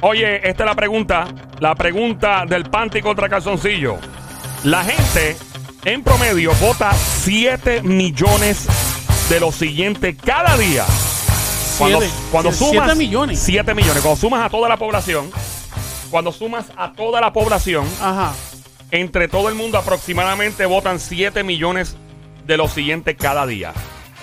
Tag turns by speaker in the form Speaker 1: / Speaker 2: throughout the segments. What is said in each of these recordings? Speaker 1: Oye, esta es la pregunta. La pregunta del panty contra calzoncillo. La gente, en promedio, vota 7 millones de lo siguiente cada día. Cuando,
Speaker 2: Siete.
Speaker 1: cuando
Speaker 2: Siete-
Speaker 1: sumas.
Speaker 2: siete millones.
Speaker 1: 7 millones. Cuando sumas a toda la población. Cuando sumas a toda la población.
Speaker 2: Ajá.
Speaker 1: Entre todo el mundo aproximadamente votan 7 millones de los siguientes cada día.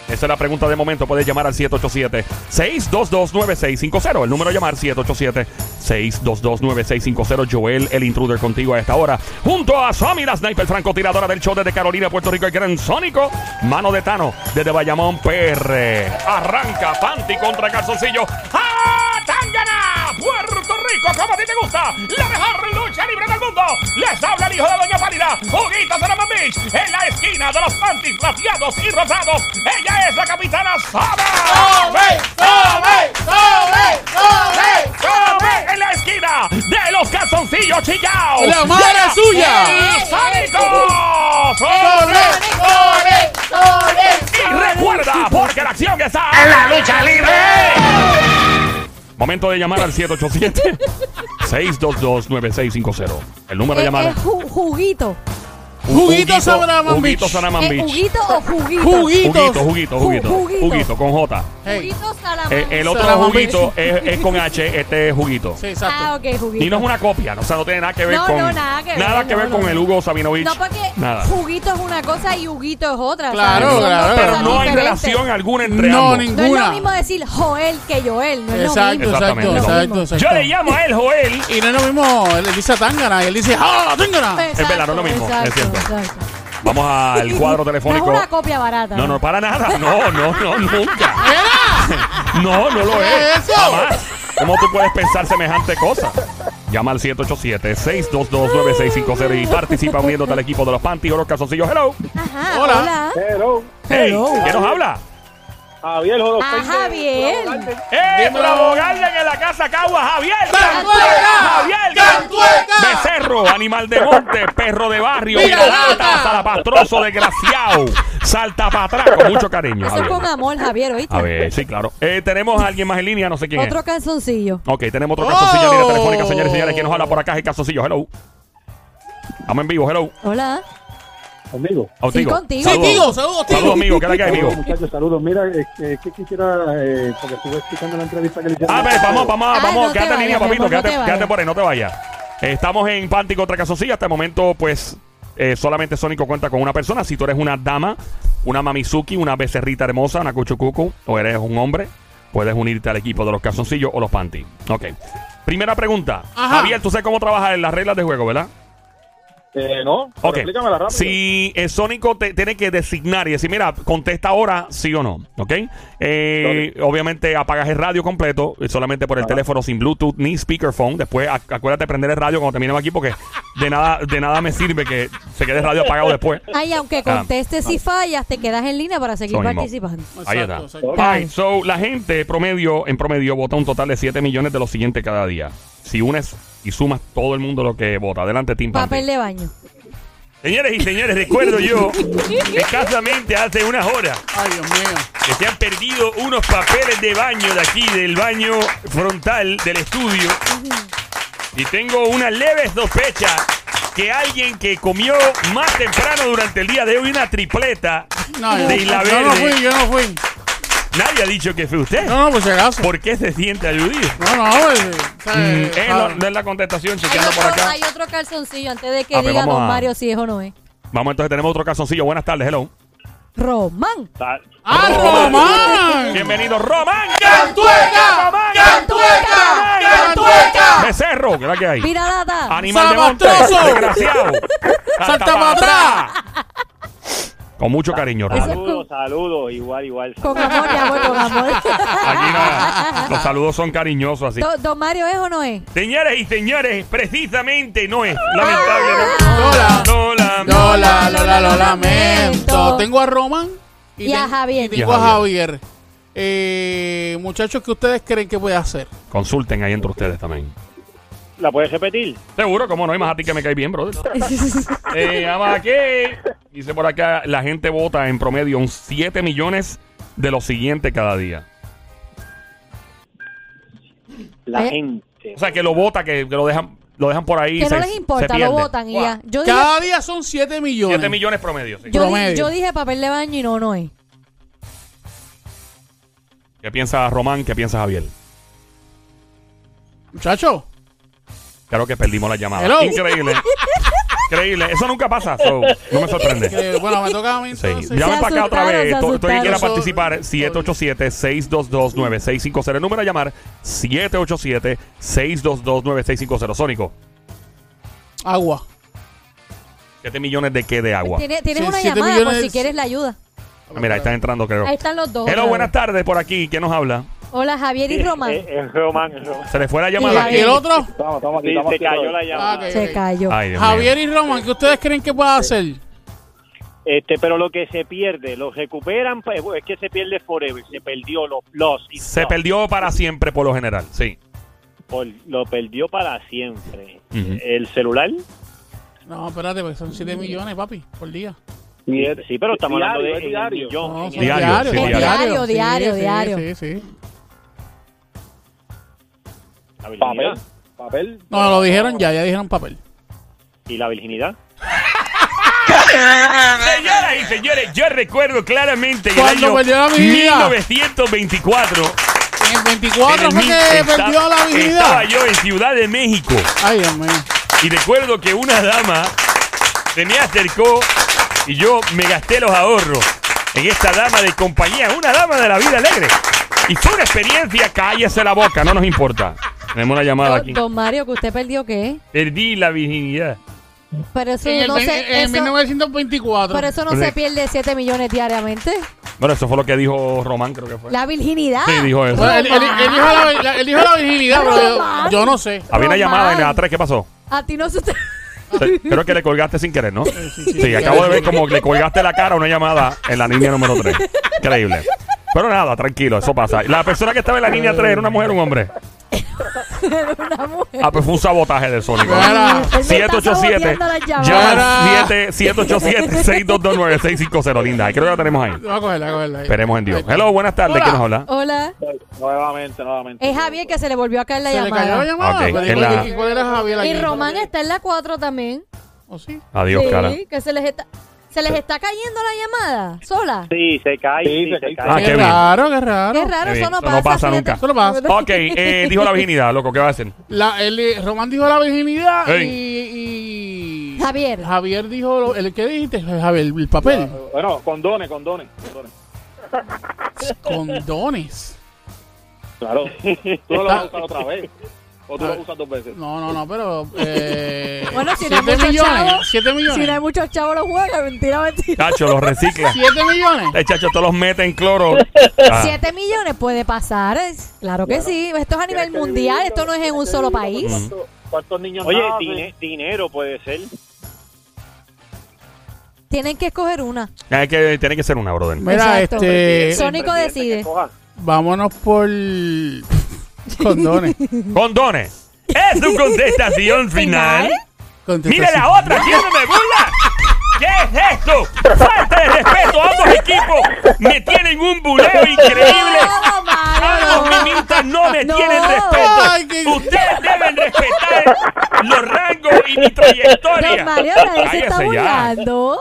Speaker 1: Esa es la pregunta de momento. Puedes llamar al 787-622-9650. El número a llamar 787-622-9650. Joel, el intruder contigo a esta hora. Junto a Sammy, la sniper francotiradora del show desde Carolina, Puerto Rico, el gran sónico. Mano de Tano desde Bayamón, PR. Arranca Panty contra Calzoncillo. ¡Ah, Tangana! Puerto Rico, como a ti te gusta. La mejor lucha libre del mundo. Les habla el hijo de Doña Pálida, Juguito de Ramón Beach, en la esquina de los panties plateados y rosados. Ella es la capitana Sara. En la esquina de los calzoncillos chillaos.
Speaker 2: ¡La madre
Speaker 1: Llega
Speaker 2: suya!
Speaker 1: el sádico. Y recuerda, porque la acción está en la lucha libre. Momento de llamar al 787 622-9650. El número de
Speaker 3: Eh,
Speaker 1: llamada.
Speaker 3: eh, ju- juguito.
Speaker 2: Juguito Sabrá Man
Speaker 1: Juguito
Speaker 2: Beach.
Speaker 1: Sanaman
Speaker 3: Eh,
Speaker 1: Beach.
Speaker 3: ¿Juguito o
Speaker 2: Juguito.
Speaker 3: juguito?
Speaker 1: Juguito, juguito,
Speaker 3: Ju-
Speaker 1: juguito.
Speaker 3: juguito.
Speaker 1: Juguito con J.
Speaker 2: Hey.
Speaker 3: Juguito salamandra.
Speaker 1: Eh, el otro
Speaker 2: Salaman
Speaker 1: juguito
Speaker 2: Beach.
Speaker 1: es, es con H, este es juguito.
Speaker 2: Sí,
Speaker 3: Ah,
Speaker 2: exacto.
Speaker 3: ok, juguito.
Speaker 1: Y no es una copia, no, o sea, no tiene nada que ver
Speaker 3: No,
Speaker 1: con.
Speaker 3: no, nada que ver, no, no.
Speaker 1: con el Hugo Sabinovich.
Speaker 3: No, porque
Speaker 1: Nada.
Speaker 3: juguito es una cosa y juguito es otra.
Speaker 2: Claro,
Speaker 3: ¿sabes? Son
Speaker 2: claro.
Speaker 3: dos
Speaker 1: Pero
Speaker 3: cosas
Speaker 1: no hay
Speaker 3: diferentes.
Speaker 1: relación alguna entre
Speaker 2: No,
Speaker 1: ambos.
Speaker 2: ningún-
Speaker 3: No es
Speaker 2: Ninguna.
Speaker 3: lo mismo decir Joel que Joel. No es lo
Speaker 2: Exacto,
Speaker 3: mismo.
Speaker 2: exacto,
Speaker 1: Exactamente.
Speaker 2: exacto,
Speaker 1: Yo
Speaker 2: exacto.
Speaker 1: le llamo a él Joel.
Speaker 2: Y no es lo mismo, él le dice a Tangana y él dice, ¡ah, Tangana!
Speaker 3: Exacto,
Speaker 1: verdad, no es lo mismo, es
Speaker 3: Exacto,
Speaker 1: cierto.
Speaker 3: exacto.
Speaker 1: Vamos al cuadro telefónico.
Speaker 3: No es una copia barata.
Speaker 1: No, no, para nada. No, no, no, nunca. No, no lo
Speaker 2: ¿Qué
Speaker 1: es.
Speaker 2: es eso?
Speaker 1: Jamás. ¿Cómo tú puedes pensar semejante cosa? Llama al 787-622-9650 y participa uniéndote al equipo de los Panty o los calzoncillos. Hello.
Speaker 3: Ajá,
Speaker 2: Hola.
Speaker 3: hola.
Speaker 4: Hello,
Speaker 1: Hey,
Speaker 3: Hello.
Speaker 1: ¿quién nos habla?
Speaker 4: Javier
Speaker 3: Ah,
Speaker 4: Jodopende.
Speaker 3: Javier.
Speaker 1: ¡Eh,
Speaker 2: Dímelo.
Speaker 1: abogado en la casa Cagua, Javier!
Speaker 2: ¡Cantueca!
Speaker 1: ¡Javier!
Speaker 2: ¡Cantueca!
Speaker 1: Becerro, animal de monte, perro de barrio,
Speaker 2: Mira,
Speaker 1: pirata,
Speaker 2: lata.
Speaker 1: salapastroso, desgraciado, saltapatraco, mucho cariño,
Speaker 3: Eso es
Speaker 1: Javier.
Speaker 3: con amor, Javier, ¿oíste?
Speaker 1: A ver, sí, claro. Eh, tenemos a alguien más en línea, no sé quién
Speaker 3: Otro calzoncillo.
Speaker 1: es. Ok, tenemos otro calzoncillo en línea
Speaker 2: Oh.
Speaker 1: telefónica, señores y señores. ¿Quién nos habla por acá? Es el calzoncillo. Hello. Estamos en vivo, hello.
Speaker 3: Hola.
Speaker 4: Conmigo.
Speaker 1: Contigo.
Speaker 3: contigo.
Speaker 2: Sí,
Speaker 1: Saludos.
Speaker 2: Tigo, saludos,
Speaker 1: Saludos,
Speaker 2: Tigo.
Speaker 1: amigo. ¿Qué tal que hay, amigo?
Speaker 4: Saludos, muchachos, saludos. Mira, eh, eh, ¿qué quisiera? eh, porque estuve escuchando la entrevista que le hicieron.
Speaker 1: A ver, pues, vamos, vamos,
Speaker 3: Ah,
Speaker 1: vamos,
Speaker 3: no te
Speaker 1: quédate en línea,
Speaker 3: vayas,
Speaker 1: papito,
Speaker 3: mi amor, no
Speaker 1: quédate,
Speaker 3: te vayas.
Speaker 1: quédate por ahí, no te vayas. Estamos en Panty contra Casosilla. Hasta el momento, pues, eh, solamente Sónico cuenta con una persona. Si tú eres una dama, una mamizuki, una becerrita hermosa, una cuchucucu, o eres un hombre, puedes unirte al equipo de los calzoncillos o los panty. Ok. Primera pregunta.
Speaker 2: Ajá.
Speaker 1: Javier, tú sabes cómo trabajar en las reglas de juego, ¿verdad?
Speaker 4: Eh, no, pero
Speaker 1: Ok.
Speaker 4: explícamela rápido.
Speaker 1: Si eh, Sónico te, tiene que designar y decir, mira, contesta ahora sí o no, ¿ok? Eh, Obviamente apagas el radio completo, eh, solamente por el teléfono, sin Bluetooth ni speakerphone. Después ac- acuérdate de prender el radio cuando terminemos aquí porque de nada, de nada me sirve que se quede el radio apagado después.
Speaker 3: Ay, aunque
Speaker 1: Ah.
Speaker 3: contestes si fallas, te quedas en línea para seguir
Speaker 1: Son mismo.
Speaker 3: participando.
Speaker 1: Ahí
Speaker 2: Exacto,
Speaker 1: está.
Speaker 2: exacto.
Speaker 1: Alright, so, la gente promedio, en promedio vota un total de 7 millones de lo siguiente cada día. Si unes y sumas todo el mundo lo que vota. Adelante, Tim Panty.
Speaker 3: Papel de baño.
Speaker 1: Señores y señores, recuerdo yo, escasamente hace unas horas,
Speaker 2: Ay, Dios mío.
Speaker 1: que se han perdido unos papeles de baño de aquí, del baño frontal del estudio. Y tengo una leve sospecha que alguien que comió más temprano durante el día de hoy una tripleta
Speaker 2: No, yo,
Speaker 1: de Isla
Speaker 2: yo no fui,
Speaker 1: Verde,
Speaker 2: yo no fui.
Speaker 1: nadie ha dicho que fue usted.
Speaker 2: No, no, por si acaso.
Speaker 1: ¿Por qué se siente aludido?
Speaker 2: No, no, pues, eh,
Speaker 1: Mm,
Speaker 2: ¿sabes?
Speaker 1: eh, no, no es la contestación,
Speaker 3: Hay
Speaker 1: chequeando por
Speaker 3: otro,
Speaker 1: acá.
Speaker 3: hay otro calzoncillo antes de que
Speaker 1: A ver,
Speaker 3: diga
Speaker 1: vamos
Speaker 3: don
Speaker 1: a-
Speaker 3: Mario si es o no es.
Speaker 1: Vamos, entonces tenemos otro calzoncillo. Buenas tardes, hello.
Speaker 3: Román.
Speaker 4: Sal-
Speaker 2: ¡Ah, Román!
Speaker 1: Bienvenido, Román.
Speaker 2: ¡Cantueca!
Speaker 1: Román.
Speaker 2: ¡Cantueca! ¡Cantueca!
Speaker 1: Becerro, ¿qué es la que hay?
Speaker 3: Piralata.
Speaker 1: Animal de monte,
Speaker 2: ¡Zapatroso!
Speaker 1: desgraciado.
Speaker 2: ¡Salta
Speaker 1: para
Speaker 2: para atrás!
Speaker 1: Con mucho cariño, Román.
Speaker 4: Saludos, saludos, igual, igual.
Speaker 3: Con amor, mi amor, con
Speaker 1: Aquí
Speaker 3: amor.
Speaker 1: nada. Los saludos son cariñosos así.
Speaker 3: Do- don Mario es o no es.
Speaker 1: Señores y señores, precisamente no es lamentable.
Speaker 2: Lola.
Speaker 1: No, la-
Speaker 2: Lola, Lola, lo lamento. Tengo a Román
Speaker 3: Y a
Speaker 2: ten-
Speaker 3: Javier.
Speaker 2: y tengo
Speaker 1: Y a
Speaker 2: a Javier. Eh, muchachos, ¿qué ustedes creen que puede hacer?
Speaker 1: Consulten ahí entre ustedes también.
Speaker 4: ¿La puedes repetir?
Speaker 1: Seguro, como no, hay más a ti que me cae bien, brother. Eh, vamos aquí. Dice por acá, la gente vota en promedio un 7 millones de lo siguiente cada día.
Speaker 4: La
Speaker 3: Eh.
Speaker 4: gente.
Speaker 5: sí.
Speaker 1: O sea, que lo bota, que, que lo dejan lo dejan por ahí.
Speaker 3: Que
Speaker 1: se-
Speaker 3: no les importa,
Speaker 1: se
Speaker 3: lo
Speaker 1: pierde.
Speaker 3: votan y
Speaker 2: Wow.
Speaker 3: ya. Yo dije,
Speaker 2: Cada día son 7 millones.
Speaker 1: 7 millones promedio. sí.
Speaker 3: yo, di-
Speaker 2: promedio.
Speaker 3: yo dije papel de baño y no, no es.
Speaker 1: ¿Qué piensa Román? ¿Qué piensa Javier?
Speaker 2: Muchacho,
Speaker 1: Claro que perdimos la llamada.
Speaker 2: Hello.
Speaker 1: Increíble. Increíble. Eso nunca pasa. so, no me sorprende.
Speaker 2: que, bueno, me toca a mí
Speaker 1: Sí.
Speaker 2: entonces.
Speaker 1: Llame para acá otra
Speaker 3: asustaron, se
Speaker 1: vez. Estoy estoy que quiera
Speaker 2: asustaron.
Speaker 1: participar. 787-622-9650. El número a llamar 787-622-9650. Sónico,
Speaker 2: Agua.
Speaker 1: 7 millones de qué de agua.
Speaker 3: Tiene- Tienes
Speaker 2: Sí,
Speaker 3: una
Speaker 2: siete
Speaker 3: llamada por
Speaker 2: millones-
Speaker 3: si quieres la ayuda.
Speaker 1: Ah, Mira, ahí están entrando, creo.
Speaker 3: Ahí están los dos. otra
Speaker 1: Hello,
Speaker 3: vez.
Speaker 1: buenas tardes por aquí. ¿Quién nos habla?
Speaker 3: Hola, Javier y Román.
Speaker 5: Eh, eh, Román, es Román.
Speaker 1: Se le fue la
Speaker 2: ¿Y,
Speaker 1: llamada.
Speaker 2: y el otro?
Speaker 4: Estamos, estamos aquí,
Speaker 5: Sí,
Speaker 4: estamos
Speaker 5: se
Speaker 4: aquí
Speaker 5: cayó
Speaker 4: todavía.
Speaker 5: la llamada.
Speaker 2: Ah, ok.
Speaker 3: Se cayó.
Speaker 1: eh, Ay, Dios mío.
Speaker 2: Javier y Roman, ¿qué ustedes creen que pueda hacer?
Speaker 5: Este, pero lo que se pierde, lo recuperan, pues, es que se pierde forever. Se perdió los los y
Speaker 1: Se
Speaker 5: los.
Speaker 1: perdió para siempre por lo general, sí.
Speaker 5: Por- lo perdió para siempre.
Speaker 1: Ujú.
Speaker 5: El celular.
Speaker 2: No, espérate, porque son 7 millones, papi, por día.
Speaker 5: Sí, pero estamos
Speaker 4: Diario,
Speaker 5: hablando de
Speaker 4: es
Speaker 5: en el
Speaker 4: diario.
Speaker 5: millón,
Speaker 2: No,
Speaker 5: en
Speaker 2: son
Speaker 5: el-
Speaker 1: Diario, sí,
Speaker 2: son
Speaker 3: diario.
Speaker 2: Sí,
Speaker 3: Diario,
Speaker 2: sí,
Speaker 3: diario,
Speaker 2: Sí, sí.
Speaker 5: la
Speaker 4: Papel,
Speaker 5: virginidad.
Speaker 4: papel.
Speaker 2: No, lo dijeron ya, ya dijeron papel.
Speaker 5: ¿Y la virginidad?
Speaker 1: Señoras y señores, yo recuerdo claramente el
Speaker 2: Cuando
Speaker 1: año
Speaker 2: perdió la virginidad.
Speaker 1: 1924.
Speaker 2: En el
Speaker 1: en
Speaker 2: 24
Speaker 1: el
Speaker 2: fue que
Speaker 1: Minsk,
Speaker 2: perdió la
Speaker 1: estaba- Estaba
Speaker 2: virginidad.
Speaker 1: yo en Ciudad de México
Speaker 2: Ay, Dios mío.
Speaker 1: y recuerdo que una dama se me acercó y yo me gasté los ahorros en esta dama de compañía, una dama de la vida alegre. Y fue una experiencia, cállese la boca, no nos importa. Tenemos una llamada
Speaker 3: Don,
Speaker 1: aquí.
Speaker 3: don Mario, que usted perdió qué.
Speaker 1: Perdí la virginidad.
Speaker 3: Pero eso
Speaker 2: En el
Speaker 3: no
Speaker 2: vein-
Speaker 3: se.
Speaker 2: en
Speaker 3: eso-
Speaker 2: 1924.
Speaker 3: Pero eso no
Speaker 1: Correcto.
Speaker 3: se pierde 7 millones diariamente.
Speaker 1: Bueno, eso fue lo que dijo Román, creo que fue.
Speaker 3: La virginidad.
Speaker 1: Sí, dijo eso.
Speaker 2: Bueno, él, él- él dijo la, la- él dijo la virginidad, pero yo, yo no sé.
Speaker 1: Había una
Speaker 3: Román.
Speaker 1: llamada en la 3, ¿qué pasó?
Speaker 3: A ti no se te-
Speaker 1: Sí, Creo que le colgaste sin querer, ¿no?
Speaker 2: Eh, sí,
Speaker 1: Sí,
Speaker 2: sí.
Speaker 1: acabo de ver como le colgaste la cara a una llamada en la línea número 3. Increíble. Pero nada, tranquilo, eso pasa. La persona que estaba en la línea 3 era una mujer o un hombre.
Speaker 3: una mujer.
Speaker 1: Ah, pues fue un sabotaje del Sónico.
Speaker 2: Era-
Speaker 3: Él me está
Speaker 1: 787
Speaker 3: saboteando las llamadas.
Speaker 1: llama 787 622 9650 linda. Creo que la tenemos ahí.
Speaker 2: Voy a cogerla, voy a cogerla.
Speaker 1: Esperemos en Dios. Hello, buenas tardes.
Speaker 2: Hola.
Speaker 1: ¿Quién nos habla?
Speaker 3: Hola.
Speaker 4: Nuevamente, nuevamente.
Speaker 3: Es Javier que se le volvió a caer la
Speaker 2: Se le cayó la
Speaker 3: llamada.
Speaker 2: llamada.
Speaker 1: Ok,
Speaker 2: pero
Speaker 1: en
Speaker 2: ¿y cuál-
Speaker 1: la-
Speaker 2: y ¿Cuál era Javier aquí?
Speaker 3: Y Román está en la 4 también.
Speaker 2: ¿O sí?
Speaker 1: Adiós,
Speaker 3: sí,
Speaker 1: cara.
Speaker 3: que se les está. ¿Se les está cayendo la llamada? ¿Sola?
Speaker 5: Sí, se cae,
Speaker 4: Sí,
Speaker 5: sí,
Speaker 4: se
Speaker 5: se,
Speaker 4: cae.
Speaker 5: cae.
Speaker 1: Ah, qué
Speaker 2: Qué
Speaker 1: bien.
Speaker 2: raro, qué raro.
Speaker 3: Qué raro,
Speaker 1: Qué
Speaker 3: eso
Speaker 1: bien.
Speaker 3: no
Speaker 1: Eso no
Speaker 3: pasa.
Speaker 1: pasa
Speaker 3: fíjate.
Speaker 1: nunca.
Speaker 2: Eso no pasa.
Speaker 1: Ok, eh, dijo la virginidad, loco, ¿qué va a hacer?
Speaker 2: La, él, Román dijo la virginidad
Speaker 1: Ey.
Speaker 2: y, y-
Speaker 3: Javier.
Speaker 2: Javier dijo lo- el qué dijiste Javier el papel
Speaker 4: Ah, Bueno, condones, condones, condones.
Speaker 2: condones
Speaker 4: Claro. Tú no lo vas a usar otra vez. O tú lo usas dos veces.
Speaker 2: no no no pero eh,
Speaker 3: Bueno, si no hay
Speaker 2: siete
Speaker 3: muchos
Speaker 2: millones
Speaker 3: chavos,
Speaker 2: siete
Speaker 3: Si no hay
Speaker 2: millones
Speaker 3: muchos chavos, los juegan. Mentira, mentira.
Speaker 1: Chacho, los recicla.
Speaker 2: siete millones
Speaker 1: Eh, chacho, todos los mete en cloro. Ah.
Speaker 3: 7 millones puede pasar. es- Claro que sí. Esto es a nivel
Speaker 4: Tienes que
Speaker 3: mundial.
Speaker 4: dividirlo,
Speaker 3: Esto no es en
Speaker 4: tienes
Speaker 3: un
Speaker 4: que
Speaker 3: solo
Speaker 4: dividirlo
Speaker 3: país.
Speaker 4: por cuánto- ¿Cuántos niños
Speaker 5: Oye,
Speaker 4: nacen?
Speaker 5: dine- dinero puede ser.
Speaker 3: Tienen que escoger una.
Speaker 1: Hay que, tiene que ser una, brother.
Speaker 2: mira
Speaker 3: Exacto.
Speaker 2: este
Speaker 3: Sónico decide.
Speaker 2: vámonos por condones
Speaker 1: Condones. Es tu contestación final. Mire la otra, ¿quién me burla? ¿Qué es esto? Falta de respeto a ambos equipos. Me tienen un buleo increíble.
Speaker 3: Todo malo.
Speaker 1: Ambos mimitas Ah, no me
Speaker 3: No.
Speaker 1: tienen respeto.
Speaker 2: Ay, qué-
Speaker 1: Ustedes deben respetar los rangos y mi trayectoria.
Speaker 3: Don Mario, nadie se está
Speaker 1: Cállese ya.
Speaker 3: burlando.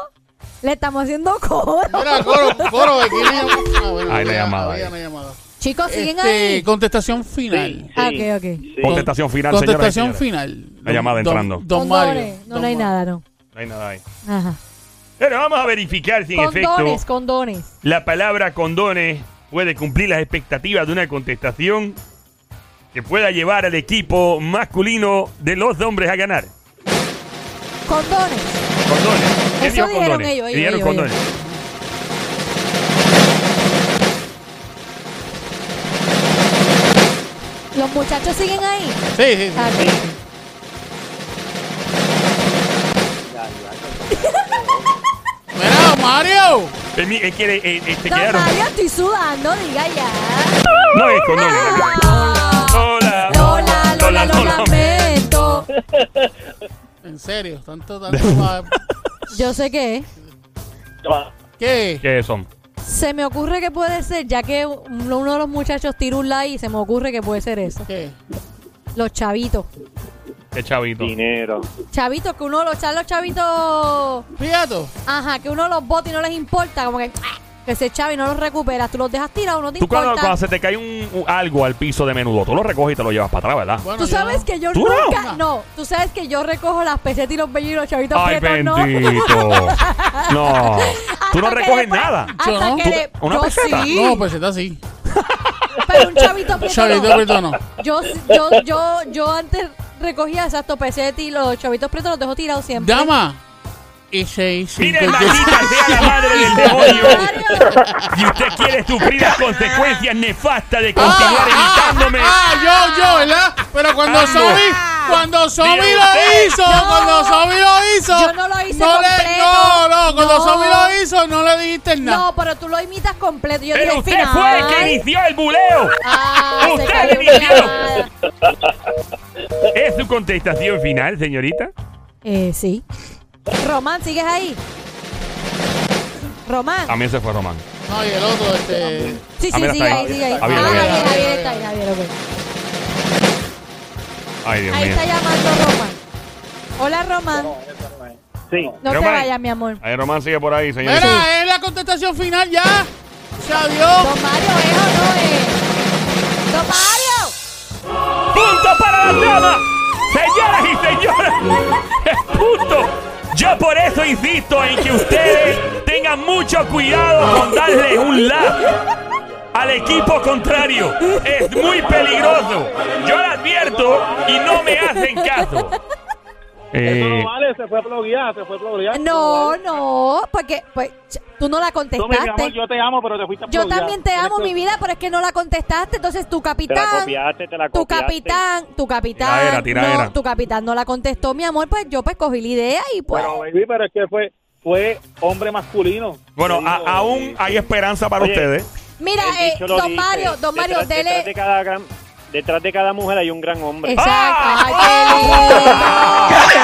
Speaker 3: Le estamos haciendo coro.
Speaker 2: mira coro coro aquí no hay llamada. Ah, bueno,
Speaker 1: Ahí la
Speaker 2: había-
Speaker 1: llamada,
Speaker 2: había
Speaker 1: ahí.
Speaker 2: una llamada.
Speaker 3: Chicos, siguen ahí.
Speaker 2: Este, contestación final
Speaker 3: Ah, ok, ok.
Speaker 5: Sí.
Speaker 1: Contestación final,
Speaker 2: contestación
Speaker 1: señoras y señores.
Speaker 2: final
Speaker 1: La llamada
Speaker 2: Don-
Speaker 1: entrando.
Speaker 2: don, don Mario
Speaker 3: Condones. No,
Speaker 2: Don
Speaker 3: no hay
Speaker 2: Mario.
Speaker 3: nada, no.
Speaker 1: No hay nada ahí.
Speaker 3: Ajá.
Speaker 1: Pero vamos a verificar si en efecto
Speaker 3: Condones, condones.
Speaker 1: la palabra condones puede cumplir las expectativas de una contestación que pueda llevar al equipo masculino de los hombres a ganar.
Speaker 3: Condones.
Speaker 1: Condones. ¿Quién
Speaker 3: Eso
Speaker 1: dijo
Speaker 3: dijeron
Speaker 1: condones?
Speaker 3: ellos, ellos,
Speaker 1: Dijeron
Speaker 3: ellos,
Speaker 1: condones.
Speaker 3: Los muchachos siguen ahí.
Speaker 2: sí sí, sí.
Speaker 3: Ah, ok.
Speaker 2: Mira, Mario.
Speaker 1: Eh, mi- eh, quiere, eh, eh, te
Speaker 3: Don
Speaker 1: quedaron.
Speaker 3: Mario, estoy sudando, diga ya.
Speaker 1: No es condones.
Speaker 3: Ah.
Speaker 1: Lola,
Speaker 3: Lola, Lola, lo
Speaker 1: Lola.
Speaker 3: lamento.
Speaker 2: En serio, tanto, tanto. pa-
Speaker 3: Yo sé que
Speaker 2: ¿Qué?
Speaker 1: ¿Qué son?
Speaker 3: se me ocurre que puede ser, ya que uno de los muchachos tira un like y se me ocurre que puede ser eso.
Speaker 2: ¿Qué?
Speaker 3: Los chavitos.
Speaker 1: Qué chavito.
Speaker 5: Dinero.
Speaker 3: Chavitos, que uno los, cha- los chavitos.
Speaker 2: Fíjate.
Speaker 3: Ajá, que uno los bota y no les importa. Como que, ¡ah! que ese chavo y no los recuperas. Tú los dejas tirados, no te
Speaker 1: Tú cuando,
Speaker 3: importa.
Speaker 1: cuando se te cae un, un- algo al piso de menudo, tú lo recoges y te lo llevas para atrás, ¿verdad?
Speaker 2: Bueno,
Speaker 3: Tú
Speaker 2: yo
Speaker 3: sabes
Speaker 2: no.
Speaker 3: que yo
Speaker 1: ¿Tú no?
Speaker 3: nunca. No? tú sabes que yo recojo las pesetas y los bellos y los chavitos
Speaker 1: Ay,
Speaker 3: prietos, no.
Speaker 1: bendito. No. Tú no
Speaker 3: Hasta que
Speaker 1: recoges
Speaker 3: después-
Speaker 1: nada.
Speaker 3: Hasta
Speaker 2: Yo no.
Speaker 3: que
Speaker 2: ¿Tú-
Speaker 3: de-
Speaker 1: una
Speaker 3: yo
Speaker 1: peseta?
Speaker 3: sí.
Speaker 2: No, pues está así.
Speaker 3: Pero un chavito prieto
Speaker 2: Chavito,
Speaker 3: no.
Speaker 2: perdón, no.
Speaker 3: Yo, yo, yo, yo antes recogía exacto pesetas y los chavitos pretos los dejo tirados siempre.
Speaker 2: Dama. Y seis.
Speaker 1: Miren,
Speaker 2: cinco,
Speaker 1: maldita sea la madre del demonio.
Speaker 3: Mario,
Speaker 1: Y usted quiere sufrir las consecuencias nefastas de
Speaker 2: Ah,
Speaker 1: continuar imitándome.
Speaker 2: Ah, yo, yo, ¿verdad? Pero cuando
Speaker 1: Ah.
Speaker 2: Sobi, cuando Sobi
Speaker 1: usted.
Speaker 2: lo hizo,
Speaker 3: eh, No.
Speaker 2: cuando Sobi lo hizo.
Speaker 3: Yo no lo hice
Speaker 2: no le-
Speaker 3: completo.
Speaker 2: no, no, cuando
Speaker 3: No.
Speaker 2: Sobi lo hizo, no le dijiste nada.
Speaker 3: No, pero tú lo imitas completo. Yo
Speaker 1: Pero
Speaker 3: dije,
Speaker 1: usted
Speaker 3: final.
Speaker 1: fue el que inició el buleo.
Speaker 3: Ah, se
Speaker 1: Usted
Speaker 3: cayó
Speaker 1: le
Speaker 3: una
Speaker 1: dijeron.
Speaker 3: llamada.
Speaker 1: ¿Es su contestación final, señorita?
Speaker 3: Eh, sí. Román, ¿sigues ahí? Román.
Speaker 1: A mí se fue Román.
Speaker 2: No, y el otro, este.
Speaker 3: Sí,
Speaker 1: Ah,
Speaker 3: sí,
Speaker 1: mira,
Speaker 3: sigue
Speaker 1: está
Speaker 3: ahí,
Speaker 1: ahí.
Speaker 3: sigue ahí. Ah,
Speaker 1: Javier,
Speaker 3: Javier,
Speaker 1: Javier.
Speaker 3: Javier está ahí, Javier, ok.
Speaker 1: Ay, Dios
Speaker 3: Ahí
Speaker 1: mío.
Speaker 3: está llamando Román. Hola, Román.
Speaker 5: Sí.
Speaker 3: No te
Speaker 1: Román.
Speaker 3: vayas, mi amor.
Speaker 1: Ahí Román sigue por ahí,
Speaker 2: Mira,
Speaker 1: señorita.
Speaker 2: es la contestación final ya. Se adiós.
Speaker 3: Don Mario, ¿es o no es? Don Mario.
Speaker 1: ¡Punto para la dama! Señoras y señores, punto. Yo por eso insisto en que ustedes tengan mucho cuidado con darle un la al equipo contrario. Es muy peligroso. Yo lo advierto y no me hacen caso.
Speaker 5: Eso
Speaker 1: Eh,
Speaker 5: no vale, se fue bloguear, se fue bloguear.
Speaker 3: No, no, porque pues, ch- tú no la
Speaker 5: No, mi amor,
Speaker 3: contestaste.
Speaker 5: yo te amo, pero te fuiste a
Speaker 3: Yo
Speaker 5: bloguear.
Speaker 3: también te
Speaker 5: Tienes
Speaker 3: amo,
Speaker 5: que-
Speaker 3: mi vida, pero es que no la contestaste. Entonces tu
Speaker 5: Te la
Speaker 3: capitán,
Speaker 5: copiaste, te la
Speaker 3: tu
Speaker 5: copiaste.
Speaker 3: capitán, tu capitán,
Speaker 1: Tiraera, tiraera.
Speaker 3: no, tu capitán no la contestó, mi amor, pues yo pues cogí la idea y pues.
Speaker 5: Pero, baby, pero es que fue, fue hombre masculino.
Speaker 1: bueno,
Speaker 5: Te
Speaker 1: a-
Speaker 5: digo,
Speaker 1: aún
Speaker 5: eh,
Speaker 1: hay esperanza para
Speaker 5: Oye,
Speaker 1: ustedes.
Speaker 3: Mira,
Speaker 5: el
Speaker 3: eh,
Speaker 5: dicho lo
Speaker 3: don
Speaker 5: dice,
Speaker 3: Mario, don Mario,
Speaker 5: detrás, Detrás de, este
Speaker 3: dele.
Speaker 5: cada gran- detrás de cada mujer hay un gran hombre.
Speaker 3: Exacto.
Speaker 1: ¡Ah!
Speaker 3: Ay, qué
Speaker 5: ¡Ah!
Speaker 3: lindo.